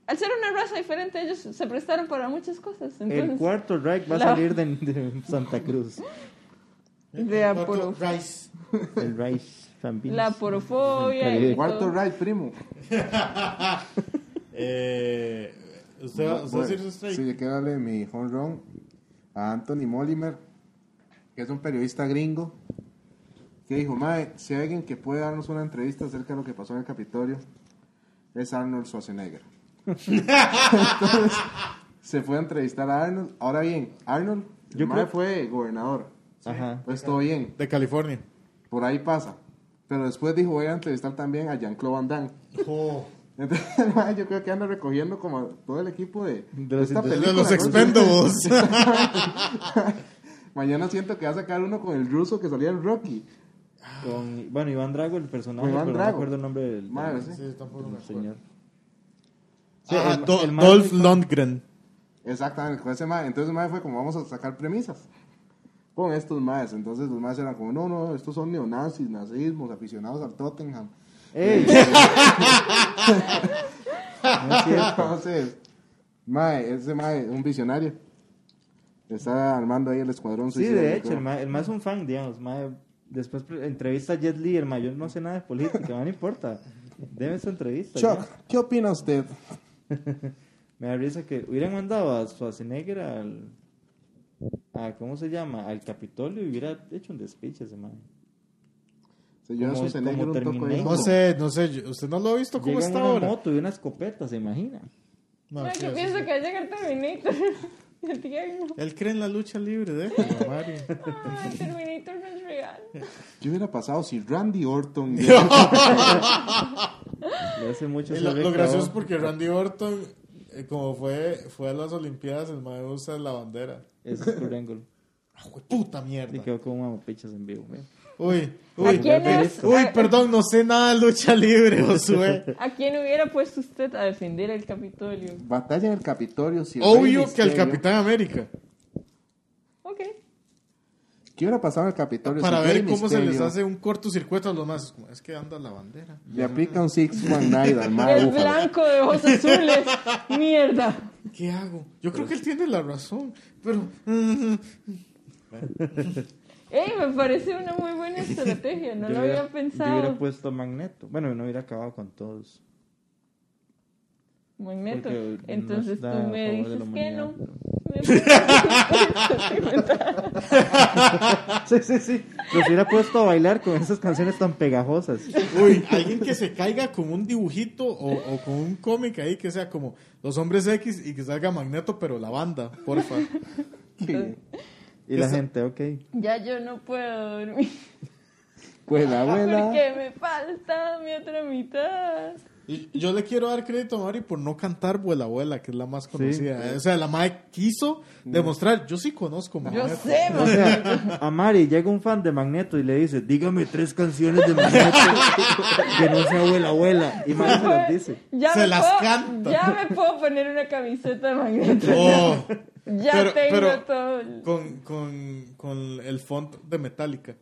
A: al ser una raza diferente, ellos se prestaron para muchas cosas.
B: El
A: Entonces,
B: cuarto Reich va a
A: la-
B: salir de, de Santa Cruz.
A: de aporo-
C: Rice.
B: El Reich Fambinos.
A: la porofobia.
B: El
A: Y
D: Cuarto
A: todo.
D: right, primo.
C: Eh, ¿Usted va usted va a
D: Bueno,
C: decir su strike?
D: Pues, sí, yo quiero darle mi home run a Anthony Molimer, que es un periodista gringo, que dijo, Mae, si hay alguien que puede darnos una entrevista acerca de lo que pasó en el Capitolio, es Arnold
B: (laughs)
D: Schwarzenegger. Entonces, se fue a entrevistar a Arnold. Ahora bien, Arnold, el
B: Yo
D: mae
B: creo-
D: fue gobernador.
B: Ajá.
D: Pues todo bien,
C: De California.
D: por ahí pasa. Pero después dijo, voy a entrevistar también a Jean-Claude Van Damme. (laughs)
C: Jo.
D: Entonces, el mae, yo creo que anda recogiendo como a todo el equipo de,
B: De los
D: esta
B: indus-
C: El de
D: película,
C: los
D: ¿no?
C: Expendables.
D: (laughs) Mañana siento que va a sacar uno con el ruso que salía en Rocky.
B: Con, bueno, Iván Drago, el personaje,
D: Iván
B: pero no
D: Drago.
B: me acuerdo el nombre del,
D: Madre,
B: del-
D: sí.
C: Sí, tampoco me
B: del
C: acuerdo.
B: señor. Sí,
C: (laughs) Ah,
B: el-
C: Do-
B: el más
C: Dolph
B: rico-
C: Lundgren.
D: Exactamente, con ese mae. Entonces, mae fue como vamos a sacar premisas con estos maes. Entonces, los maes eran como, no, no, estos son neonazis, nazismos, aficionados al Tottenham.
B: ¡Ey! No es cierto.
D: (laughs) Entonces, mae, ese mae, un visionario. Está armando ahí el escuadrón
B: Sí,
D: suicida, yo
B: de hecho,
D: creo.
B: el más, el ma es un fan, digamos. ma- después pre- entrevista a Jet Li, el mayor no sé nada de política, ma, no importa. Deme esa entrevista.
D: Chuck,
B: ya.
D: ¿qué opina usted?
B: (laughs) Me da risa que hubieran mandado a Schwarzenegger al. A, ¿Cómo se llama? Al Capitolio y hubiera hecho un despiche ese man.
D: Se lleva
B: Como-
D: su Schwarzenegger
B: como
D: un toco ahí.
B: Terminator.
C: No sé, no sé. yo- ¿Usted no lo ha visto cómo
B: Llega en
C: está
B: una
C: ahora?
B: moto y una escopeta, ¿se imagina?
C: No,
A: No,
C: sí,
A: yo
C: sí,
A: pienso
C: sí.
A: que va a llegar Terminator. (laughs) El tierno.
C: Él cree en la lucha libre, (laughs) déjalo, Mario.
A: Ay, Terminator no es real.
D: ¿Qué hubiera pasado si Randy (laughs) Orton...
B: Le hace mucho
C: Y lo,
B: ese
C: lo gracioso es
B: recao.
C: porque Randy Orton, eh, como fue, fue a las Olimpiadas, el mae usa la bandera.
B: Ese es Kurt Angle.
C: ¡Ah, jue- puta
B: Y
C: mierda!
B: quedó con mamapichas en vivo. ve.
C: Uy,
A: ¿A
C: uy,
A: quién
C: pe-
A: es?
C: uy, perdón, no sé nada de lucha
A: (laughs)
C: libre, Josué.
A: ¿A quién hubiera puesto usted a defender el Capitolio?
D: Batalla en el Capitolio. Si el Rey
C: Obvio que al
D: Misterio-
C: Capitán América.
A: Ok.
D: ¿Qué hubiera pasado en el Capitolio?
C: Para
D: si el
C: ver
D: Rey
C: cómo se les
D: Misterio
C: hace un cortocircuito a los más. Es como, Es que anda la bandera.
D: Le aplica un Six One
C: (laughs)
D: Night al Mae
A: El
D: Búfalo. (laughs)
A: blanco de ojos azules. Mierda.
C: ¿Qué hago? Yo creo que él tiene la razón, pero. (laughs)
A: Ey, me parece una muy
B: (laughs)
A: buena estrategia, no
B: Yo
A: lo
B: hubiera-
A: había
B: Yo
A: pensado.
B: hubiera puesto Magneto. Bueno, no hubiera acabado con todos.
A: Muy neto.
B: Porque no
A: Entonces
B: está
A: tú
B: a
A: me
B: favor de
A: dices
B: la
A: que
B: humanidad,
A: no. (laughs)
B: pero-
A: Me
B: Sí, sí, sí. Los hubiera puesto a bailar con esas canciones tan pegajosas.
C: Uy, alguien que se caiga como un dibujito o, o con un cómic ahí que sea como Los Hombres X y que salga Magneto, pero la banda, porfa.
B: Y la
C: Eso-
B: gente, ok.
A: Ya yo no puedo
B: (laughs)
A: dormir.
D: Pues
C: (laughs)
D: la abuela.
A: Porque me falta mi otra mitad.
C: Y yo le quiero dar crédito a Mari por no cantar Vuela Abuela, que es la más conocida.
D: sí. Mm.
C: O sea, la madre quiso demostrar, yo sí conozco
A: Yo
B: Ah,
C: Magneto.
A: sé,
B: O
A: mamá.
B: sea, a Mari llega un fan de Magneto y le dice, dígame tres canciones de Magneto que no sea abuela, abuela. Y Mari se las dice.
A: Pues, Ya
C: Se
A: me
C: las
A: puedo,
C: canta.
A: Ya me puedo poner una camiseta de magneto. (laughs)
C: Oh,
A: Ya
C: Pero-
A: tengo
C: pero-
A: todo. el-
C: con, con, con el font de Metallica.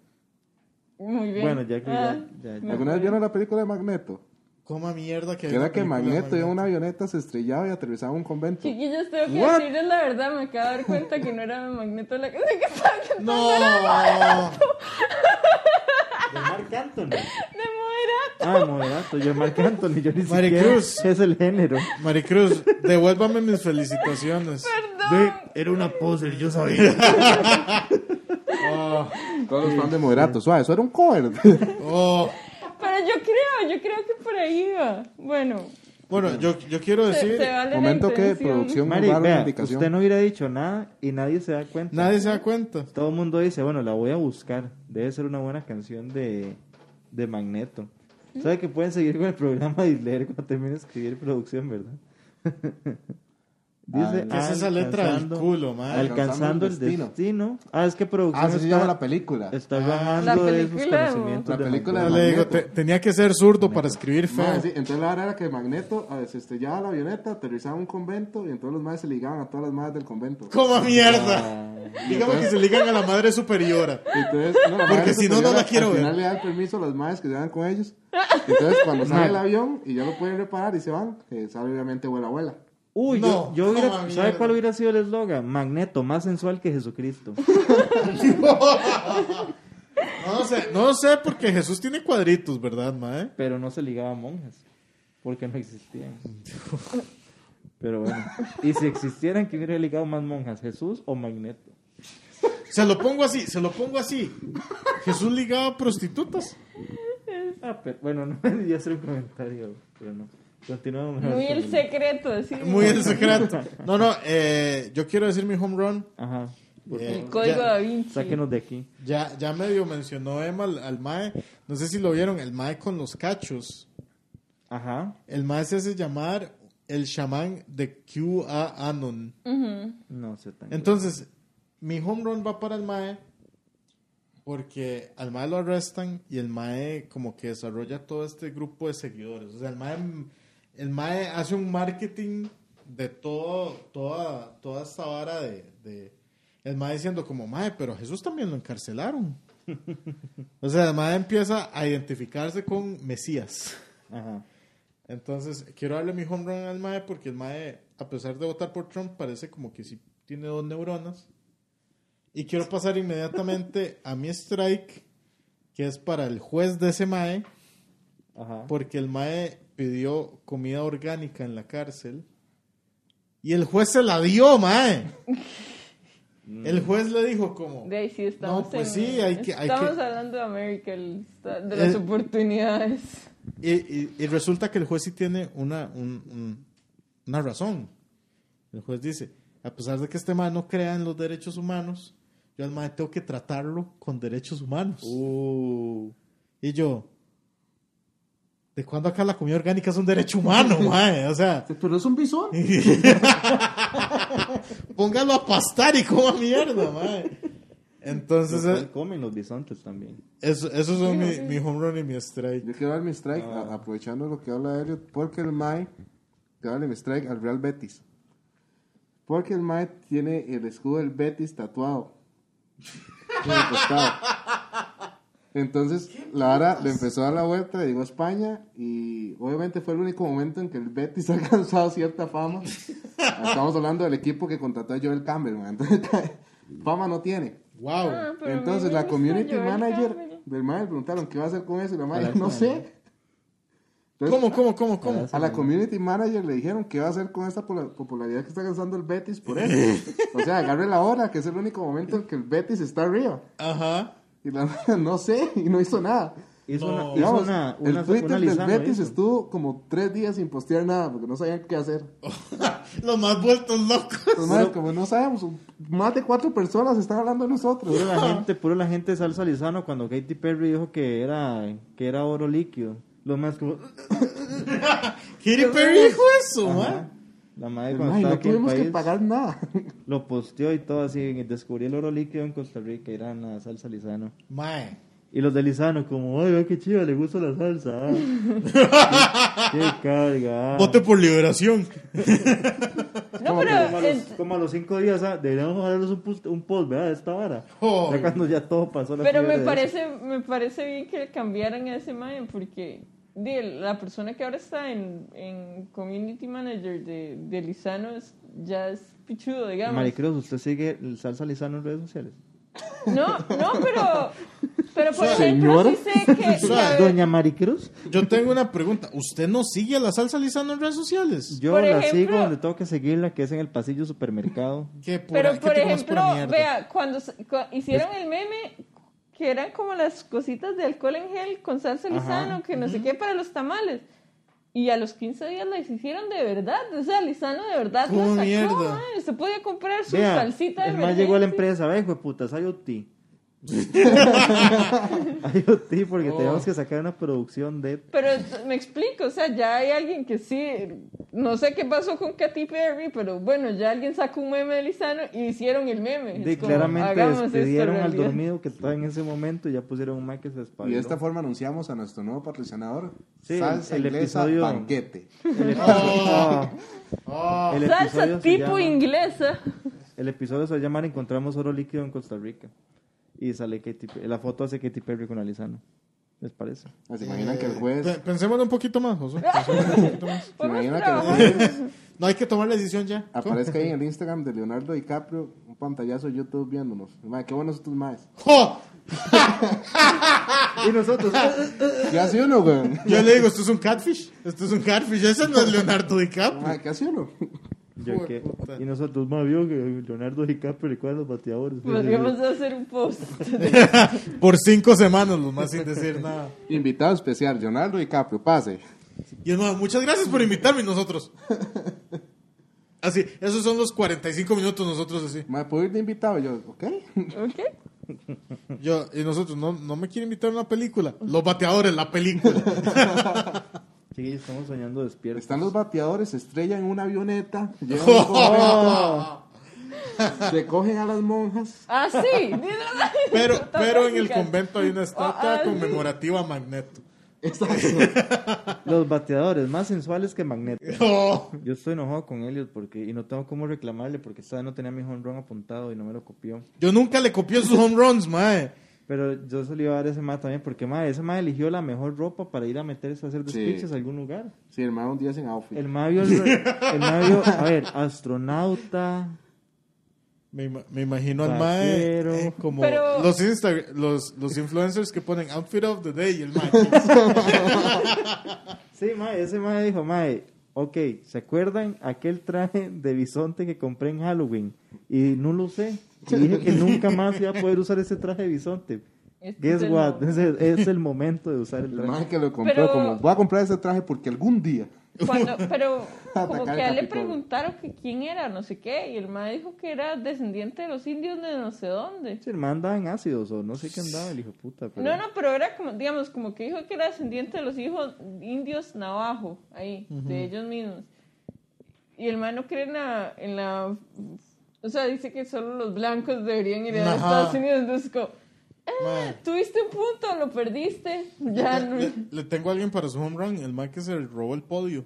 A: Muy bien.
B: Bueno, ya que ya-
A: Ah,
B: ya- ya.
A: me
D: ¿Alguna vez
A: acuerdo.
D: vieron la película de Magneto?
C: Coma mierda que
D: Que
C: hay
D: era
C: una
D: que
C: película de
D: Magneto iba en una avioneta, se estrellaba y aterrizaba en un convento.
A: Chiquillos, tengo que
B: What?
A: decirles la verdad. Me acabo de dar cuenta que no era magneto la canción que (laughs) estaba cantando.
C: No.
B: De Marc Anthony.
A: De Moderato.
B: Ah, moderato. Yo Marc Anthony, yo ni
C: Maricruz.
B: siquiera es el género.
C: Maricruz, devuélvame mis felicitaciones.
B: Ve, era una poser, yo sabía.
C: Oh,
D: Todos los fans de Moderato, suave, eso era un cover.
C: oh.
A: Pero yo creo, yo creo que por ahí iba. Bueno,
C: Bueno, yo, yo quiero
A: se,
C: decir,
A: se vale la
D: Momento que
A: intención.
D: producción
B: Mari,
D: guarda
B: vea,
D: la indicación.
B: usted no hubiera dicho nada y nadie se da cuenta.
C: nadie se da cuenta.
B: Todo el mundo dice, bueno, la voy a buscar. Debe ser una buena canción de, de Magneto. ¿Sabe que pueden seguir con el programa y leer cuando termine de escribir producción, verdad? (laughs) Dice,
C: ¿Qué es Ah, esa letra del
B: alcanzando-
C: culo, madre?
B: Alcanzando el destino. Ah, es que producción
D: Ah, así se
B: está,
D: llama la película.
B: está
C: Ah.
A: La
B: bajando de esos
A: película de-
B: conocimientos.
D: La
B: de
D: película
C: Ya
B: Magneto.
C: le digo, te- tenía que ser zurdo para escribir
D: Mae,
C: feo.
D: sí, entonces la verdad era que Magneto ah, se estrellaba la avioneta, aterrizaba en un convento y entonces los madres se ligaban a todas las madres del convento.
C: Como mierda. Dígame que se ligan a la madre superiora.
D: Entonces, no, la
C: Porque
D: madre
C: si no, no
D: superiora,
C: la quiero
D: al
C: ver.
D: final le dan permiso a las madres que se van con ellos. Entonces,
C: (laughs)
D: cuando sale el avión y ya lo pueden reparar y se van, eh, sale obviamente abuela, abuela.
B: Uy,
C: No,
B: yo, yo hubiera-
C: coma
B: ¿sabe
C: mierda.
B: cuál hubiera sido el eslogan? Magneto, más sensual que Jesucristo.
C: No sé, no sé porque Jesús tiene cuadritos, ¿verdad, mae?
B: Pero no se ligaba a monjas, porque no
D: (laughs)
B: existían. Pero bueno, y si existieran, ¿quién hubiera ligado más monjas? ¿Jesús o Magneto?
C: Se lo pongo así, se lo pongo así. Jesús ligaba a prostitutas.
B: Ah, pero bueno, no (laughs) me hacer un comentario, pero no. Continuamos. mejor
A: Muy
B: con
A: el secreto, así.
C: este, Muy en secreto. No, no, eh, yo quiero decir mi home run.
B: Ajá,
C: Eh,
A: El código
C: ya-
A: da Vinci.
B: sáquenos de aquí.
C: Ya, ya medio mencionó Emma al, al Mae. No sé si lo vieron, el Mae con los cachos.
B: Ajá,
C: El Mae se hace llamar el chamán de QAnon.
A: Ujú.
B: no sé tan.
C: Entonces, mi home run va para el Mae. Porque al Mae lo arrestan y el Mae como que desarrolla todo este grupo de seguidores. O sea, el Mae, el mae hace un marketing de todo, toda, toda esta vara de, de- El Mae diciendo como, Mae, pero a Jesús también lo encarcelaron. o sea, el Mae empieza a identificarse con Mesías.
B: Ajá.
C: Entonces, quiero darle mi home run al Mae porque el Mae, a pesar de votar por Trump, parece como que sí tiene dos neuronas. Y quiero pasar inmediatamente a mi strike, que es para el juez de ese Mae,
B: Ajá.
C: porque el Mae pidió comida orgánica en la cárcel. Y el juez se la dio, Mae. El juez le dijo como...
A: De ahí sí estamos.
C: No, pues
A: en-
C: sí, hay que- hay
A: estamos
C: que-
A: hablando de América, el- de las
C: Eh.
A: oportunidades.
C: Y, y- y resulta que el juez sí tiene una, un- un- una razón. El juez dice, a pesar de que este man no crea en los derechos humanos, yo al man tengo que tratarlo con derechos humanos.
B: Uh,
C: Y yo, ¿de cuándo acá la comida orgánica es un derecho humano, mae? O sea,
D: Pero es un bisón.
C: póngalo a pastar y coma mierda, mae. Entonces,
B: entonces
C: eh,
B: comen los bisontes también.
C: eso, esos son mi, mi home run y mi strike.
D: Yo quiero dar mi strike, a- aprovechando lo que habla Elliot, porque el Mae, quiero darle mi strike al Real Betis. Porque el Mae tiene el escudo del Betis tatuado. en el costado. Entonces, la vara le empezó a dar la vuelta, le digo a España, y obviamente fue el único momento en que el Betis (laughs) ha alcanzado cierta fama. Estamos hablando del equipo que contrató a Joel Campbell, man. Entonces, (laughs) fama no tiene.
C: Wow.
A: Ah, pero a mí
D: Entonces,
A: me
D: la
A: gusta
D: community
A: Joel
D: manager
A: Campbell.
D: del Mae le preguntaron qué va a hacer con eso, y la
B: Para
D: madre,
B: eso,
D: no
B: ¿no?
D: sé. Entonces,
C: ¿Cómo, cómo, cómo, cómo?
D: A la community manager le dijeron qué va a hacer con esta pola- popularidad que está alcanzando el Betis
B: (laughs)
D: por eso. o sea, agarre la hora, que es el único momento en que el Betis está arriba.
C: Ajá.
D: Y la (laughs) mara no sé, y no hizo nada.
B: Hizo
C: No.
B: una, hizo
D: Digamos,
B: una,
D: el
B: una,
D: Twitter
B: una ¿eh?
D: del
B: Lizano,
D: Betis
B: hizo.
D: estuvo como tres días sin postear nada porque no sabían qué hacer.
C: (laughs) Los más vueltos locos.
D: Entonces, madre, como no sabemos, más de cuatro personas están hablando de nosotros. (laughs)
B: Puro la gente, puro la gente salsa Lizano cuando Katy Perry dijo que era, que era oro líquido. Lo más como...
C: (laughs) Katy Perry dijo eso,
B: Ajá.
C: man.
B: La madre
D: Pero,
B: cuando
D: madre,
B: estaba
D: Pues, no
B: aquí en el
D: tuvimos que
B: país
D: pagar nada.
B: lo posteó y todo así. y Descubrí el oro líquido en Costa Rica, era la salsa Lizano.
C: Mae.
B: Y los de Lizano como, ay, vea qué chido, le gusta la salsa.
D: (laughs)
B: ah". qué, qué carga. ah".
C: Vote por liberación.
A: No,
B: Como
A: pero
B: a
A: en-
B: los, como a los cinco días, ah, deberíamos darles un, pus- un post, ¿verdad? De esta vara.
C: Oh.
B: Ya cuando ya todo pasó. La
A: Pero
B: fiebre
A: me
B: de
A: parece, me parece bien que le cambiaran a ese man porque di, la persona que ahora está en, en community manager de, de Lizano es- ya es pichudo,
B: eso.
A: digamos.
B: Maricruz, ¿usted sigue el salsa Lizano en redes sociales?
A: No, no, pero, pero por
C: Suave.
A: ejemplo
D: Señora.
A: sí sé que...
C: Suave.
A: que-
B: Doña Maricruz,
C: Yo tengo una pregunta. ¿Usted no sigue a la salsa Lizano en redes sociales?
B: yo
A: Por
B: la
A: ejemplo-
B: sigo donde tengo que seguirla, que es en el pasillo supermercado.
C: ¿Qué pura-
A: Pero
C: qué
A: por
C: tipo más
A: ejemplo,
C: pura mierda? Eh.
A: vea, cuando, se- cua- hicieron el meme que eran como las cositas de alcohol en gel con salsa
B: Ajá,
A: lisano, que no sé qué para los tamales. Y a los 15 días las hicieron de verdad. O sea, Lizano de verdad
C: ¿Cómo
A: las sacó.
C: mierda?
A: mae. Usted podía comprar su
B: Vea,
A: salsita de
B: el
A: verdad.
B: más llegó a la empresa, ve, hijo de putas, hay OT.
A: (laughs)
B: hay OT porque
A: Oh.
B: tenemos que sacar una producción de...
A: Pero t- me explico, o sea, ya hay alguien que sí, no sé qué pasó con Katy Perry, pero bueno, ya alguien sacó un meme de Lizano y hicieron el meme. Es
B: de
A: como,
B: claramente
A: hagamos esto
B: despidieron al
A: realidad.
B: dormido que estaba en ese momento y ya pusieron un mic que se
D: Y
B: espabiló.
D: de esta forma anunciamos a nuestro nuevo patrocinador,
B: Sí,
D: Salsa
B: el
D: Inglesa
B: episodio-
D: Banquete.
B: El episodio,
C: Ah,
B: el
A: Salsa
B: episodio se
A: tipo
B: llama-
A: inglesa.
B: El episodio se va a llamar Encontramos oro líquido en Costa Rica. Y sale Katy Perry. La foto hace Katy Perry con Alizano. ¿Les parece?
D: ¿Se imaginan que el
C: pe-
D: juez...
C: pensémoslo un poquito
A: (laughs)
C: más, José. Pensémoslo un poquito más.
D: ¿Se
A: Podemos
D: imaginan que el
A: trabajar.
B: (laughs)
D: juez
C: No hay que tomar la decisión ya. ¿Cómo?
D: aparezca ahí en el Instagram de Leonardo DiCaprio, un pantallazo de YouTube viéndonos? Madre, qué buenos estos maes.
C: ¡Jo!
B: Y nosotros.
D: ¿Qué hace uno, weón?
C: Yo le digo, esto es un catfish. Esto es un catfish. Ese no es Leonardo DiCaprio.
D: Madre, ¿qué hace uno?
B: Yo que-
C: puta.
B: y nosotros, más vio que Leonardo DiCaprio le cuadra los bateadores.
A: Podríamos hacer un post.
C: Por cinco semanas, los más sin decir nada.
D: Invitado especial, Leonardo DiCaprio, pase.
C: Y es más, muchas gracias por invitarme y nosotros. Así, esos son los 45 minutos nosotros así.
D: Madre, ¿puedo ir de invitado? Yo, ok.
A: ¿Ok?
C: Yo, y nosotros, no, no me quiere invitar a una película. Los bateadores,
A: (laughs)
C: la película.
B: Chiquillos, estamos soñando despiertos.
D: Están los bateadores, se estrellan en una avioneta, llegan a un
A: Oh.
B: (laughs)
D: convento, se cogen a las monjas.
A: Ah, sí. (laughs)
C: Pero, pero en el
A: Tóxicas.
C: convento hay una
A: Ah,
C: estatua
A: ah, sí.
C: conmemorativa a Magneto. (laughs)
D: Exacto.
B: Los bateadores más sensuales que Magneto.
C: Oh,
B: Yo estoy enojado con Elliot porque, y no tengo cómo reclamarle porque esta vez no tenía mi home run apuntado y no me lo copió.
C: yo nunca le copié sus home runs, mae.
B: Pero yo se lo iba a dar a ese ma también porque ma, ese ma eligió la mejor ropa para ir a meterse a hacer despiches a algún lugar.
D: Sí, hermano, un día sin outfit.
B: El ma vio, el, el ma vio- a ver, astronauta,
C: Me, ima- me imagino al mae
B: Vaquero.
C: eh, como
A: Pero-
C: los, Insta- los, los influencers que ponen outfit of the day y el mae.
B: Sí, mae, ese mae dijo, mae, ok, ¿se acuerdan aquel traje de bisonte que compré en Halloween? Y no lo usé. Y dije que nunca más iba a poder usar ese traje de bisonte.
A: Este es
B: Guess
A: el
B: what?
A: nuevo.
B: (laughs) Ese- Es, el momento de usar el
D: El
B: traje.
D: man que lo compró,
A: Pero-
D: como voy a comprar ese traje porque algún día.
A: Cuando,
B: (laughs)
A: pero como
D: Atacar
A: que
D: el
A: a él le
D: Capitolio.
A: preguntaron que quién era, no sé qué, y el ma dijo que era descendiente de los indios de no sé dónde.
B: Sí, El man andaba en ácidos o no sé qué andaba el hijo de puta. Pero...
A: No, no, pero era como, digamos, como que dijo que era descendiente de los hijos indios navajo, ahí, de ellos mismos. Y el man no cree en la, en la- O sea, dice que solo los blancos deberían ir a
C: Ajá.
A: Estados Unidos. Entonces, como, ah,
C: Mae.
A: tuviste un punto, lo perdiste. (laughs)
C: (laughs)
A: Ya no.
C: Le, le tengo a alguien para su home run, el man que se robó el podio.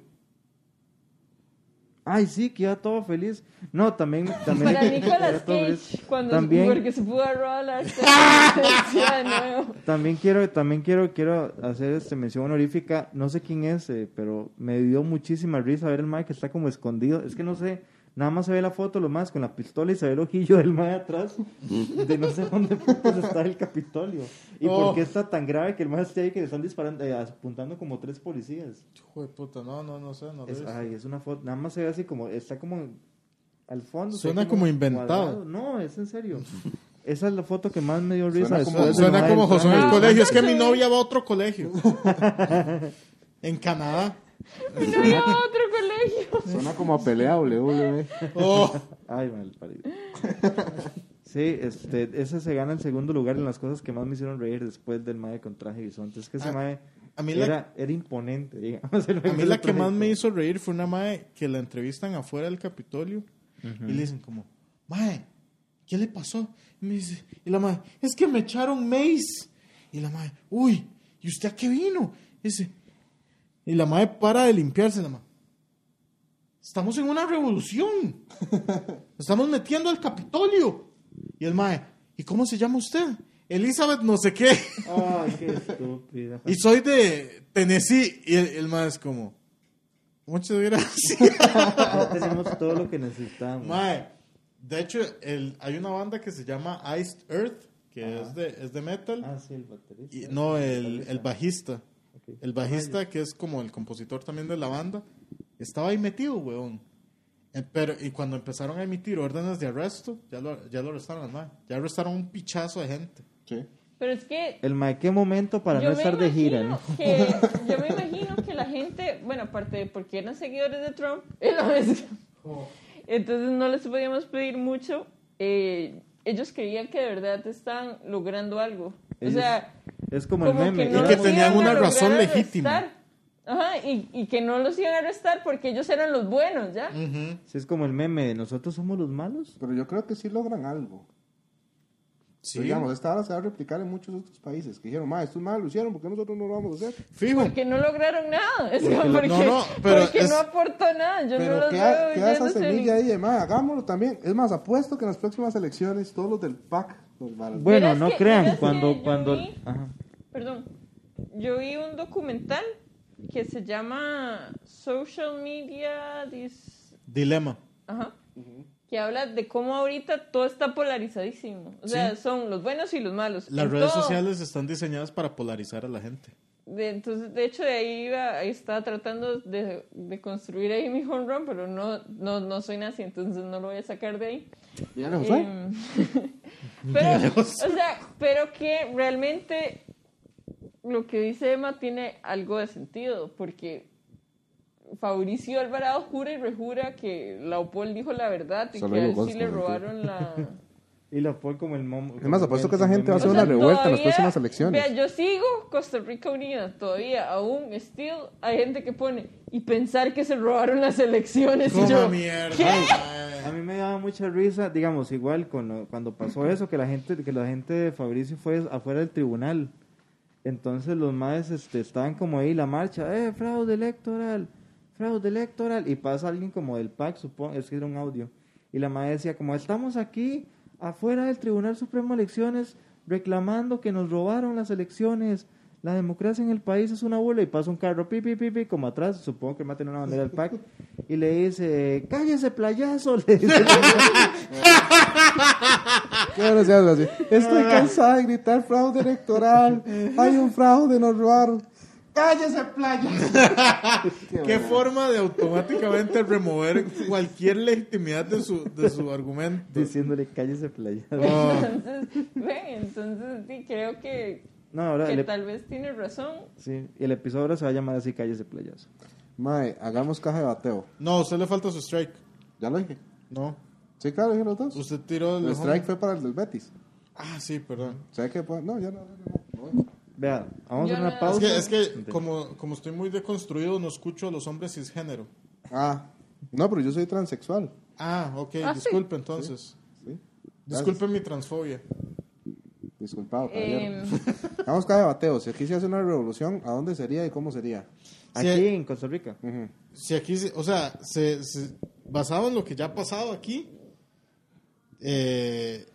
B: Ay, sí, que iba todo feliz. No, también... también (laughs)
A: Para Nicolas
B: iba todo
A: Cage,
B: feliz.
A: cuando
B: También-
A: porque se pudo robar la (laughs) arteria de nuevo.
B: También quiero, también quiero, quiero hacer este mención honorífica. No sé quién es, eh, pero me dio muchísima risa ver el Mike que está como escondido. Es que no sé, Nada más se ve la foto, lo más, con la pistola y se ve el ojillo del mae atrás. De no sé dónde putas está el Capitolio. Y
C: Oh.
B: por qué está tan grave que el mae esté ahí que le están disparando, eh, apuntando como tres policías.
C: Hijo de puta, no, no, no sé, no lo he
B: Es,
C: visto.
B: ay, es una foto, nada más se ve así como, está como al fondo. se ve
C: Suena como inventado.
B: cuadrado. No, es en serio. Esa es la foto que más me dio risa.
D: Suena
B: después
D: como-
B: de
C: Suena
B: Noel
C: como Josué en el
A: Ah,
C: colegio. Es que mi
A: sí.
C: novia va a otro colegio. en Canadá.
A: Y no iba a otro colegio.
D: Suena como a pelea E". WWE.
C: Oh,
B: Ay, mal parido. Sí, este, ese se gana el segundo lugar en las cosas que más me hicieron reír después del mae con traje bisonte. Es que ese
C: Ah,
B: mae
C: a mí la-
B: era, era imponente, digamos.
C: (laughs) a mí la que más me hizo reír fue una mae que la entrevistan afuera del Capitolio y le dicen como, mae, ¿qué le pasó? Y, me dice- y la mae, es que me echaron maíz. Y la mae, uy, ¿y usted a qué vino? Y, dice- y la mae para de limpiarse, la mae. Estamos en una (laughs) revolución. Estamos metiendo al Capitolio. Y el mae, ¿y cómo se llama usted? Elizabeth no sé qué. (laughs)
B: Ay, qué estúpida.
C: Y soy de Tennessee. Y el, el mae es como, muchas gracias.
B: (laughs) Ya tenemos todo lo que necesitamos.
C: Mae, de hecho, el, hay una banda que se llama Iced Earth, que es de, es de metal.
B: Ah, sí, el baterista.
C: y, no, eh. el, el
B: baterista.
C: bajista.
B: Ok. Ah,
C: El bajista, que es como el compositor también de la banda, estaba ahí metido, weón. Eh, Pero, y cuando empezaron a emitir órdenes de arresto, ya lo, ya lo arrestaron al mae. Ya arrestaron un pichazo de gente.
D: Sí.
A: Pero es que
B: El mae, qué momento para
A: yo
B: no
A: me
B: estar de gira,
A: imagino
B: ¿no?
A: que- yo me imagino que la gente, bueno, aparte de porque eran seguidores de Trump, (laughs) era- entonces no les podíamos pedir mucho. eh, ellos creían que de verdad están logrando algo.
B: Ellos-
A: o sea,
B: Es como,
A: como
B: el meme.
A: que no
C: Y
B: era-
C: que
A: los iban
C: tenían
A: a
C: una
A: lograr
C: razón
A: arrestar.
C: legítima.
A: Ajá, y, y que no los iban a arrestar porque ellos eran los buenos, ¿ya?
C: Ujú.
B: Sí, es como el meme de nosotros somos los malos.
D: Pero yo creo que sí logran algo.
C: Sí.
D: Digamos, esta hora se va a replicar en muchos otros países que dijeron, ma, estos mal lo hicieron, ¿por qué nosotros no lo vamos a hacer?
C: Fijo.
A: Porque no lograron nada. (laughs) o sea,
C: Porque lo-
A: porque,
C: no, no, pero
A: porque
C: es-
A: no aportó nada. Yo no
D: Pero
A: los
D: queda,
A: veo
D: queda esa
A: yéndose ni-
D: semilla ahí, de, ma, hagámoslo también. Es más, apuesto que en las próximas elecciones todos los del PAC los van a...
B: Bueno,
A: Verás que-
B: no
A: verás
B: crean,
A: que
B: cuando,
A: yo
B: cuando...
A: vi-
B: Ajá.
A: Perdón. Yo vi un documental que se llama Social Media Dis...
C: Dilema.
A: Ajá. Que habla de cómo ahorita todo está polarizadísimo. O sea, son los buenos y los malos.
C: Las
A: en
C: redes
A: todo.
C: sociales están diseñadas para polarizar a la gente.
A: De, entonces, de hecho, de ahí iba, ahí estaba tratando de, de construir ahí mi home run, pero no, no, no soy nazi, entonces no lo voy a sacar de ahí.
D: Dígale, José.
A: Em, Mm. pero, o sea, pero que realmente lo que dice Emma tiene algo de sentido, porque Fabricio Alvarado jura y rejura que Laopol dijo la verdad y
D: Solo
A: que a
D: digo
A: él sí
D: cosas,
A: le
D: no
A: robaron
D: (laughs)
A: la...
B: Y la pon como el momo.
D: Es más, apuesto que esa gente va a
A: O
D: hacer una
A: sea,
D: revuelta en las
A: todavía-
D: próximas elecciones.
A: Vea, yo sigo Costa Rica Unida todavía, aún, still, hay gente que pone y pensar que se robaron las elecciones. y
C: Coma
A: yo,
C: mierda.
A: ¿qué?
C: mae.
B: A mí me daba mucha risa, digamos, igual con- cuando pasó eso, que la gente que la gente de Fabricio fue afuera del tribunal. Entonces los maes este, estaban como ahí la marcha, eh, fraude electoral, fraude electoral. Y pasa alguien como del PAC, supongo, es que era un audio. Y la madre decía, como estamos aquí, afuera del Tribunal Supremo de Elecciones, reclamando que nos robaron las elecciones. La democracia en el país es una bola y pasa un carro, pi, pi, pi, pi, como atrás, supongo que va a tener una bandera del PAC, y le dice, cállese playazo, (laughs) le dice.
D: Qué desgraciado, así. Estoy cansada de gritar fraude electoral. Hay un fraude, nos robaron. ¡Cállese, (laughs) playa!
C: Qué forma de automáticamente remover cualquier legitimidad de su, de su argumento.
B: diciéndole, cállese playazo.
A: (laughs) Entonces, ven, entonces sí, creo que,
B: No, ahora,
A: que
B: el, ep-
A: tal vez tiene razón.
B: sí, y el episodio ahora se va a llamar así, cállese playazo.
D: Mae, hagamos caja de bateo.
C: No, a usted le falta su strike.
D: Ya lo dije.
C: No.
D: Sí, claro, dije los dos.
C: Usted tiró el.
D: El strike fue para el del Betis.
C: Ah, sí, perdón.
D: ¿Sabes qué? No, ya no. no, no.
B: Vea, vamos
A: Yo
B: a hacer
A: no-
B: una
C: Es
B: pausa.
C: que, es que como, como estoy muy deconstruido, no escucho a los hombres cisgénero.
D: Ah, no, pero yo soy transexual.
C: Ah, ok,
A: Ah, sí.
C: disculpe entonces.
D: ¿sí?
C: Disculpe mi transfobia.
D: Disculpado, caballero.
A: Eh,
D: Hagamos caja de bateo. Si aquí se hace una revolución, ¿a dónde sería y cómo sería?
B: Aquí
C: Sí.
B: en Costa Rica.
D: Ujú.
C: Si aquí, se- o sea, se, se- basado en lo que ya ha pasado aquí, eh,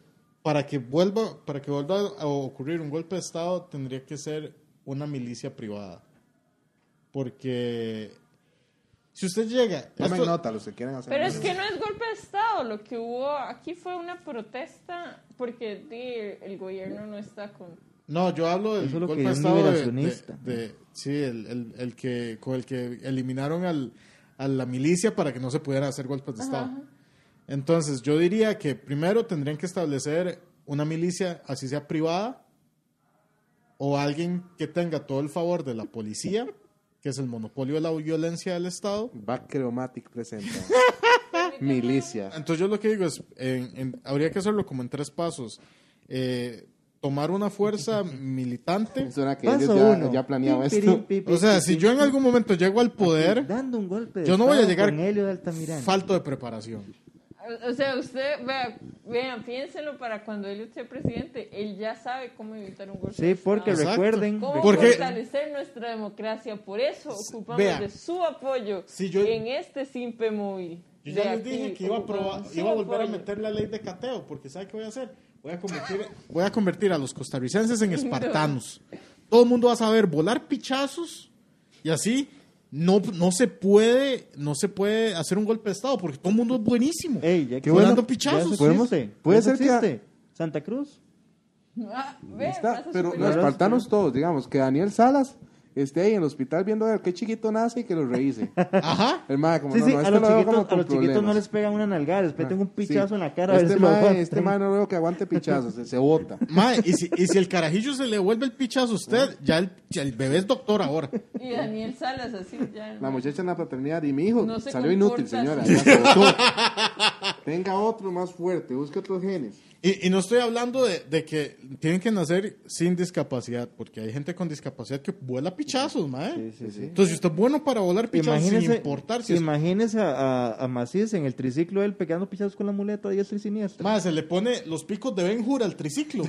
C: para que vuelva para que vuelva a ocurrir un golpe de estado tendría que ser una milicia privada, porque si usted llega,
D: Tomen
C: esto-
D: nota los que quieren hacer.
A: pero es
D: eso.
A: que no es golpe de lado, lo que hubo aquí fue una protesta porque di, el gobierno no está con...
C: No, yo hablo del
B: Eso es lo
C: golpe
B: que
C: de
B: es
C: estado de-
B: liberacionista.
C: de, de- sí, el, el- el que con el que eliminaron al, a la milicia para que no se pudieran hacer golpes de estado. Entonces, yo diría que primero tendrían que establecer una milicia, así sea privada, o alguien que tenga todo el favor de la policía, que es el monopolio de la violencia del estado.
A: (laughs)
D: Bacreomatic presenta. Milicia.
C: Entonces yo lo que digo es, en- en- habría que hacerlo como en tres pasos. Eh, tomar
B: (laughs)
C: una fuerza militante.
D: Suena que
B: Paso
D: ellos ya,
B: uno.
D: ya planeaba
B: Pim,
D: esto.
B: pirim, pi, pi,
C: O sea,
B: pi,
C: si
B: pi,
C: yo en
B: pi.
C: algún momento llego al poder,
B: Dando un golpe de
C: yo no voy a
B: estado
C: llegar
B: Con Helio de Altamirano.
C: falto de preparación.
A: O- O sea, usted, vea, vean, piénselo para cuando él sea presidente, él ya sabe cómo evitar un golpe.
B: Sí,
A: de
B: porque
A: Estado.
C: Exacto.
B: recuerden.
A: ¿Cómo
C: Porque-
A: fortalecer nuestra democracia? Por eso ocupamos
C: vea.
A: de su apoyo
C: Sí, yo-
A: en este simple móvil.
C: Yo
A: De
C: ya les
A: aquí
C: dije que iba a, probar-
A: ocupamos su
C: iba a volver a
A: apoyo.
C: meter la ley de cateo, porque ¿sabe qué voy a hacer? Voy a convertir, voy a, convertir a los costarricenses en espartanos. Todo el mundo va a saber volar pichazos y así no, no, se puede, no se puede hacer un golpe de Estado, porque todo el mundo es buenísimo.
B: Ey, ya
C: Qué
B: que-
C: bueno.
B: Dando
C: Ya
B: pichazos.
C: se
B: Podemos.
D: existe.
B: Puede
D: Eso
B: ser que.
D: existe.
B: Santa Cruz.
A: Ah, ve,
D: Ahí está.
A: raza
D: Pero los
A: superior.
D: espartanos todos, digamos, que Daniel Salas esté ahí en el hospital viendo a ver qué chiquito nace y que lo
B: (laughs)
D: revise.
C: Ajá.
D: El mae, como
B: Sí,
D: no,
B: sí,
D: no,
B: a
D: este
B: los,
D: lo veo como
B: chiquitos, a
D: con
B: los chiquitos no
D: problemas. Ah,
B: les pegan una nalgada, después tengo un pichazo
D: Sí.
B: en la cara. a ver
D: Este
B: si lo
D: mae,
B: aguantan.
D: este mae no veo
B: (laughs)
D: que aguante pichazos, se, se bota.
C: Mae, y, si, y si el carajillo se le vuelve el pichazo a usted, ya el, ya el bebé es doctor ahora.
A: Y Daniel Salas, así ya.
D: La muchacha en la paternidad y mi hijo
A: No se
D: salió inútil,
A: comporta
D: señora.
A: así.
D: ya
A: (laughs)
D: se botó. Tenga otro más fuerte, busque otros genes.
C: Y, y no estoy hablando de, de que tienen que nacer sin discapacidad, porque hay gente con discapacidad que vuela pichazos, mae.
B: sí, sí.
C: Entonces, si usted es bueno para volar pichazos sin importar si es...
B: imagínese a, a, a Macís en el triciclo él pegando pichazos con la muleta diestra y siniestra.
C: Mae, se le pone los picos de Ben Hur al triciclo.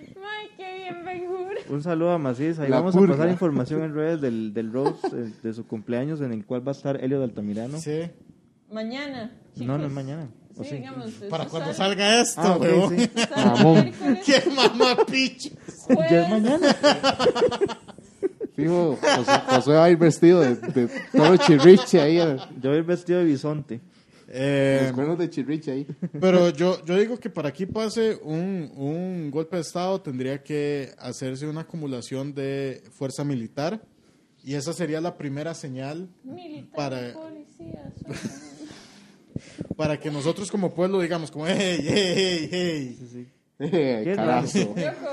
A: Ay, qué bien, Benjur.
B: Un saludo a Macís. Ahí
D: La
B: vamos
D: purga.
B: a pasar información en redes del, del Rose, eh, de su cumpleaños, en el cual va a estar Helio de Altamirano.
C: Sí.
A: Mañana.
B: No, no
A: chicos.
B: es mañana. ¿O
A: Sí,
B: sí?
A: digamos. eso
C: Para cuando
A: sale-
C: salga esto,
B: Ah, ok,
C: weón.
B: sí.
A: sale
D: Mamón.
A: miércoles,
C: (laughs) ¡Qué mamapicho!
A: jueves.
B: (laughs) Ya es mañana.
D: Fijo, José, José va a ir vestido de, de todo chirriche ahí, eh,
B: Yo voy vestido de bisonte.
D: los
B: Em.
C: Eh,
D: cuernos de chirriche ahí. (laughs)
C: pero yo, yo digo que para aquí pase un, un golpe de Estado tendría que hacerse una acumulación de fuerza militar y esa sería la primera señal
A: Militar,
C: Para-
A: policía,
C: (laughs)
A: soldado.
C: para que nosotros como pueblo digamos como hey, hey, hey, hey.
D: Eh,
B: ¿Qué (laughs)
D: carajo. (laughs)
A: Yo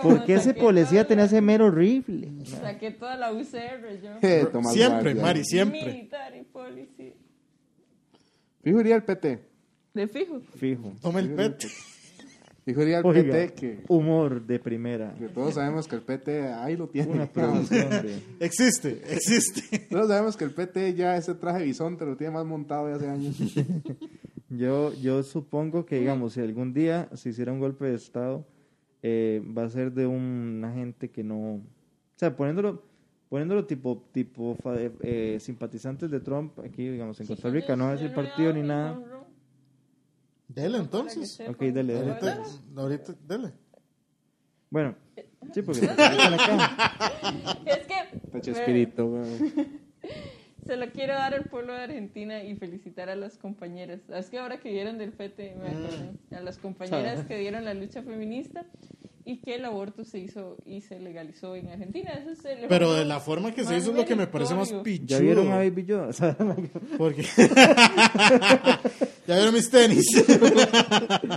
A: como
B: ¿Por qué ese
A: saqué
B: policía
A: toda
B: tenía
A: la-
B: ese mero rifle?
A: Saqué toda la UCR yo.
D: Eh, Tomás
C: Siempre,
D: Guardia.
C: Mari, (laughs) siempre.
A: Militar y policía.
D: Fijo iría el PT.
A: De fijo.
B: Fijo.
C: Toma el pet.
D: Fijo iría el
B: Oiga,
D: PT que,
B: humor de primera.
D: que todos sabemos que el PT ahí lo
B: Una
D: tiene. (laughs)
B: aplauso, (laughs) hombre.
C: Existe, existe.
D: Todos sabemos que el PT ya ese traje bisonte lo tiene más montado ya hace años.
B: Yo, yo supongo que, digamos, si algún día se hiciera un golpe de Estado, eh, va a ser de un agente que no... O sea, poniéndolo, poniéndolo tipo, tipo fa- eh, eh, simpatizantes de Trump aquí, digamos, en Costa Rica, no va a decir partido ni nada.
C: (laughs) Dele entonces.
B: Ok, dale, dale.
C: Ahorita, ahorita, dele.
B: Bueno, sí, porque se (laughs) mete la caja.
A: Es que.
D: Tache
A: vea,
D: espíritu, weón.
A: Se lo quiero dar al pueblo de Argentina y felicitar a las compañeras. Ah, Es que ahora que dieron del FETE, me
C: Mm.
A: acordé, a las compañeras que dieron la lucha feminista y que el aborto se hizo y se legalizó en Argentina. Eso es el
C: Pero
A: logro
C: de la forma que se
A: más
C: hizo es lo que me parece más
A: meritorio.
C: pichudo.
B: Ya vieron a Baby Yoda. O
C: (laughs)
B: sea,
C: Porque... ya vieron mis (laughs) tenis.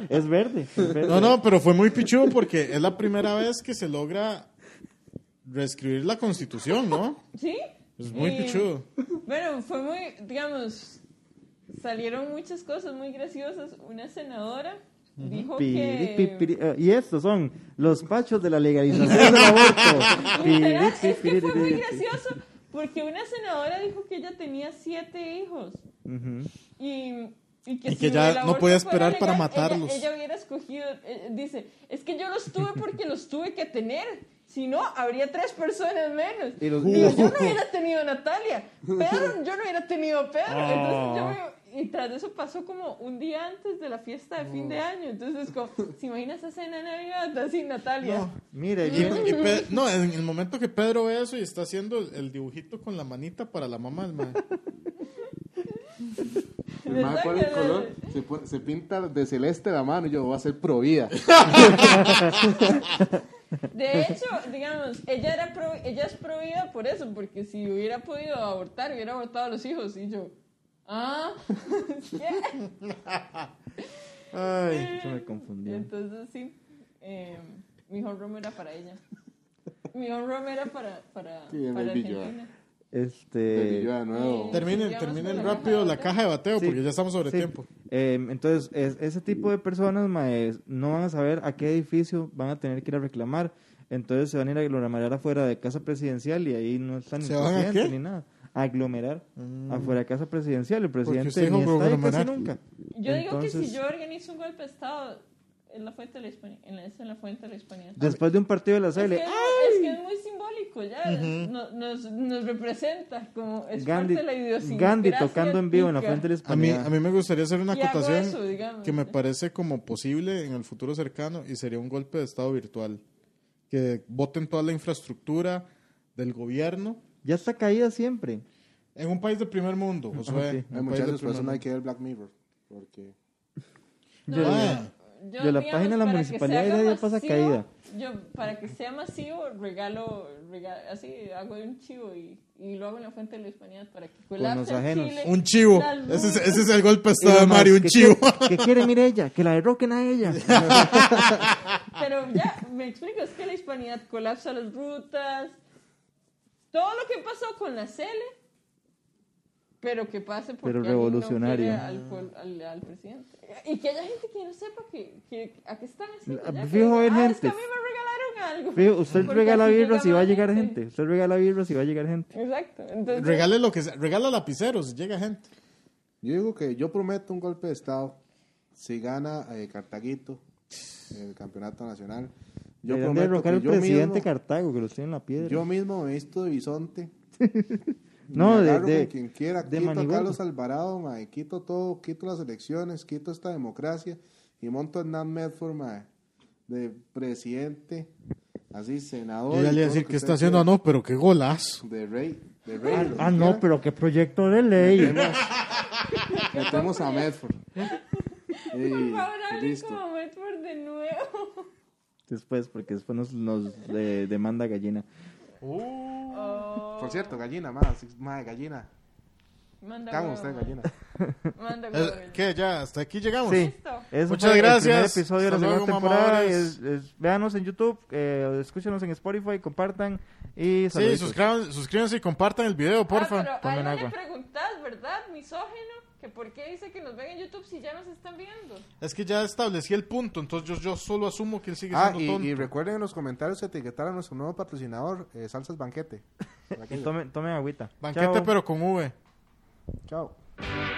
B: es verde. es verde.
C: No, no, pero fue muy pichudo porque es la primera vez que se logra reescribir la constitución, ¿no?
A: Sí.
C: Es muy
A: Y,
C: pichudo.
A: Bueno, fue muy, digamos, salieron muchas cosas muy graciosas. Una senadora dijo
B: Piri, pi,
A: que...
B: piri, eh, y estos son los pachos de la
C: (laughs)
B: legalización
A: (laughs)
B: del aborto. Piri,
A: Literal,
B: pi,
A: es que
B: piri,
A: fue muy
B: piri,
A: gracioso porque una senadora dijo que ella tenía siete hijos
B: Ujú.
A: y, y que,
C: Y
A: si
C: que
A: el
C: ya no
A: aborto
C: podía
A: fuera
C: esperar para
A: legal,
C: matarlos.
A: Ella, ella hubiera escogido, eh, dice, es que yo los tuve porque los tuve que tener, si no, habría tres personas menos.
B: Y los-
A: Digo, yo no hubiera tenido a Natalia, Pedro, yo no hubiera tenido a Pedro. Entonces yo
C: Ah.
A: me- y tras de eso pasó como un día antes de la fiesta de fin de año. Entonces, como, ¿se imagina esa cena de Navidad así, Natalia? (laughs)
C: No.
B: Mira,
C: Y-
B: yo-
C: y Pe- no, en el momento que Pedro ve eso y está
A: (laughs)
C: haciendo el, el dibujito con la manita para la mamá del man.
D: El mae pone el color, se, pone- se pinta de celeste la mano y yo voy a ser pro vida.
A: De hecho, digamos, ella, era pro- ella es prohibida por eso, porque si hubiera podido abortar, hubiera abortado a los hijos. Y yo, ah, (laughs) ¿qué?
C: Ay.
B: Eso me confundió.
A: Entonces sí, eh, mi honrome era para ella. Mi honrome era para, para,
D: Sí, en
A: para
D: el billo,
A: Argentina.
D: (laughs) Y yo
B: Este.
D: de nuevo.
A: Eh,
C: Terminen,
A: Sigamos
C: terminen
A: con la
C: rápido
A: caja de
C: la
A: bateo.
C: caja de bateo
B: Sí.
C: porque ya estamos sobre
B: sí.
C: tiempo.
B: Eh, entonces, es- ese tipo de personas mae, no van a saber a qué edificio van a tener que ir a reclamar. Entonces se van a ir a aglomerar afuera de casa presidencial y ahí no están ni
C: ¿Se van a
B: presidente
C: qué? Mm.
B: ni nada. A aglomerar afuera de casa presidencial. El presidente
C: usted dijo
B: ni está ahí casi
C: aglomerar.
B: nunca.
A: Yo digo que
B: Entonces-
A: si yo organizo un golpe de Estado, es la fuente de la hispanidad. En la, es en la fuente de la hispanidad.
B: Después de un partido de la
A: Es que,
B: sale,
A: es, es que es muy simbólico, ya. es- no- nos, nos representa como es
B: Gandhi,
A: parte de la idiosincrasia.
B: Gandhi tocando en vivo en la
A: tica.
B: fuente de la
C: A mí,
B: Hispanidad.
C: a mí me gustaría hacer una
A: Y hago
C: acotación
A: eso, digamos.
C: que me parece como posible en el futuro cercano y sería un golpe de Estado virtual. Que voten toda la infraestructura del gobierno
B: Ya está caída siempre.
C: en un país de primer mundo. Josué,
B: Ok.
C: en un
D: Hay
C: país de
B: pues,
D: muchachos,
C: primer
D: por eso no hay
C: mundo.
D: que ver Black Mirror. Porque
A: No,
B: Yo-
C: Ah,
A: yo,
B: de la
A: digamos,
B: página de la
A: para que
B: municipalidad
A: se haga
B: ya- ya pasa
A: masivo,
B: caída.
A: Yo, para que sea masivo, regalo, rega- así hago un chivo y, y lo hago en la fuente de la hispanidad para que colapse
B: los ajenos.
A: Chile.
C: un chivo.
A: La luz.
C: Ese es, ese es el golpe de
B: Y lo
C: Estado de
B: más,
C: Mario, un
B: ¿qué
C: chivo.
A: (laughs)
B: quiere- ¿Qué quiere, mire ella? Que la derroquen a
D: (laughs)
B: ella.
A: Pero ya, me explico, es que la hispanidad colapsa las rutas. Todo lo que pasó con la CL, pero que pase porque
B: Pero
A: alguien no
B: revolucionario.
A: quiere al, pol- al- al presidente. Y que haya gente que no sepa que, que- a qué están haciendo.
B: Ah,
A: ya que
B: fijo,
A: diga,
B: hay
A: "Ah, es que a
B: gente".
A: mí me regalaron algo.
B: Fijo, usted
A: Porque
B: regala
A: así
B: birras
A: llega
B: y va a
A: más
B: llegar gente. Usted regala birras y va a llegar gente.
A: Exacto. Entonces,
C: Regale lo que sea. Regala lapiceros, llega gente.
D: yo digo que yo prometo un golpe de Estado si gana eh, Cartaguito el campeonato nacional. Yo
B: Deberían
D: prometo
B: derrocar
D: que
B: al
D: yo
B: presidente
D: mismo,
B: Cartago, que los tiene en la piedra.
D: yo mismo me visto de bisonte.
B: no,
D: Me
B: de,
D: agarro
B: de,
D: con quien quiera,
B: de Ah,
D: quito a
B: Manigol.
D: Carlos Alvarado, mae, quito todo, quito las elecciones, quito esta democracia y monto a Hernán Medford, mae, de presidente, así senador.
C: Yo ya
D: y
C: le iba a
D: todo
C: decir
D: lo
C: que está
D: usted
C: haciendo, ah,
D: quiera.
C: no, pero qué golazo.
D: De rey, de rey. lo que
B: Ah, no,
D: quiera.
B: pero qué proyecto de (laughs) ley.
D: Metemos a Medford. Y
A: (laughs) por favor, hablen
D: listo.
A: como Medford de nuevo.
B: Después, porque después nos, nos, eh, demanda gallina.
A: Uh.
D: Por cierto, gallina, más, más gallina.
A: Manda
D: Cago en
A: huevo,
D: usted,
A: ma.
D: gallina.
A: Manda
C: Eh,
A: huevo.
C: ¿Qué? Ya, hasta aquí llegamos.
B: Sí,
A: Listo.
B: eso
C: Muchas
B: fue
C: gracias.
B: El primer episodio de la
C: Hasta
B: segunda
C: luego,
B: temporada.
C: mamadores.
B: Es- es- véanos en YouTube, eh, escúchenos en Spotify, compartan y
C: Sí,
B: saluditos.
C: suscríbanse, suscríbanse y compartan el video, porfa.
A: Ah, pero a
B: pongan
A: él no le
B: agua.
A: preguntás, ¿verdad, misógeno? Que por qué dice que nos ven en YouTube si ya nos están viendo.
C: Es que ya establecí el punto, entonces yo, yo solo asumo que él sigue
D: Ah,
C: siendo
D: y,
C: tonto.
D: y recuerden en los comentarios etiquetar a nuestro nuevo patrocinador, eh,
C: (laughs)
D: Salsas Banquete. Por
B: Y
D: aquello.
B: tomen, tomen agüita.
C: Banquete,
B: Chao.
C: pero con V.
D: Chao.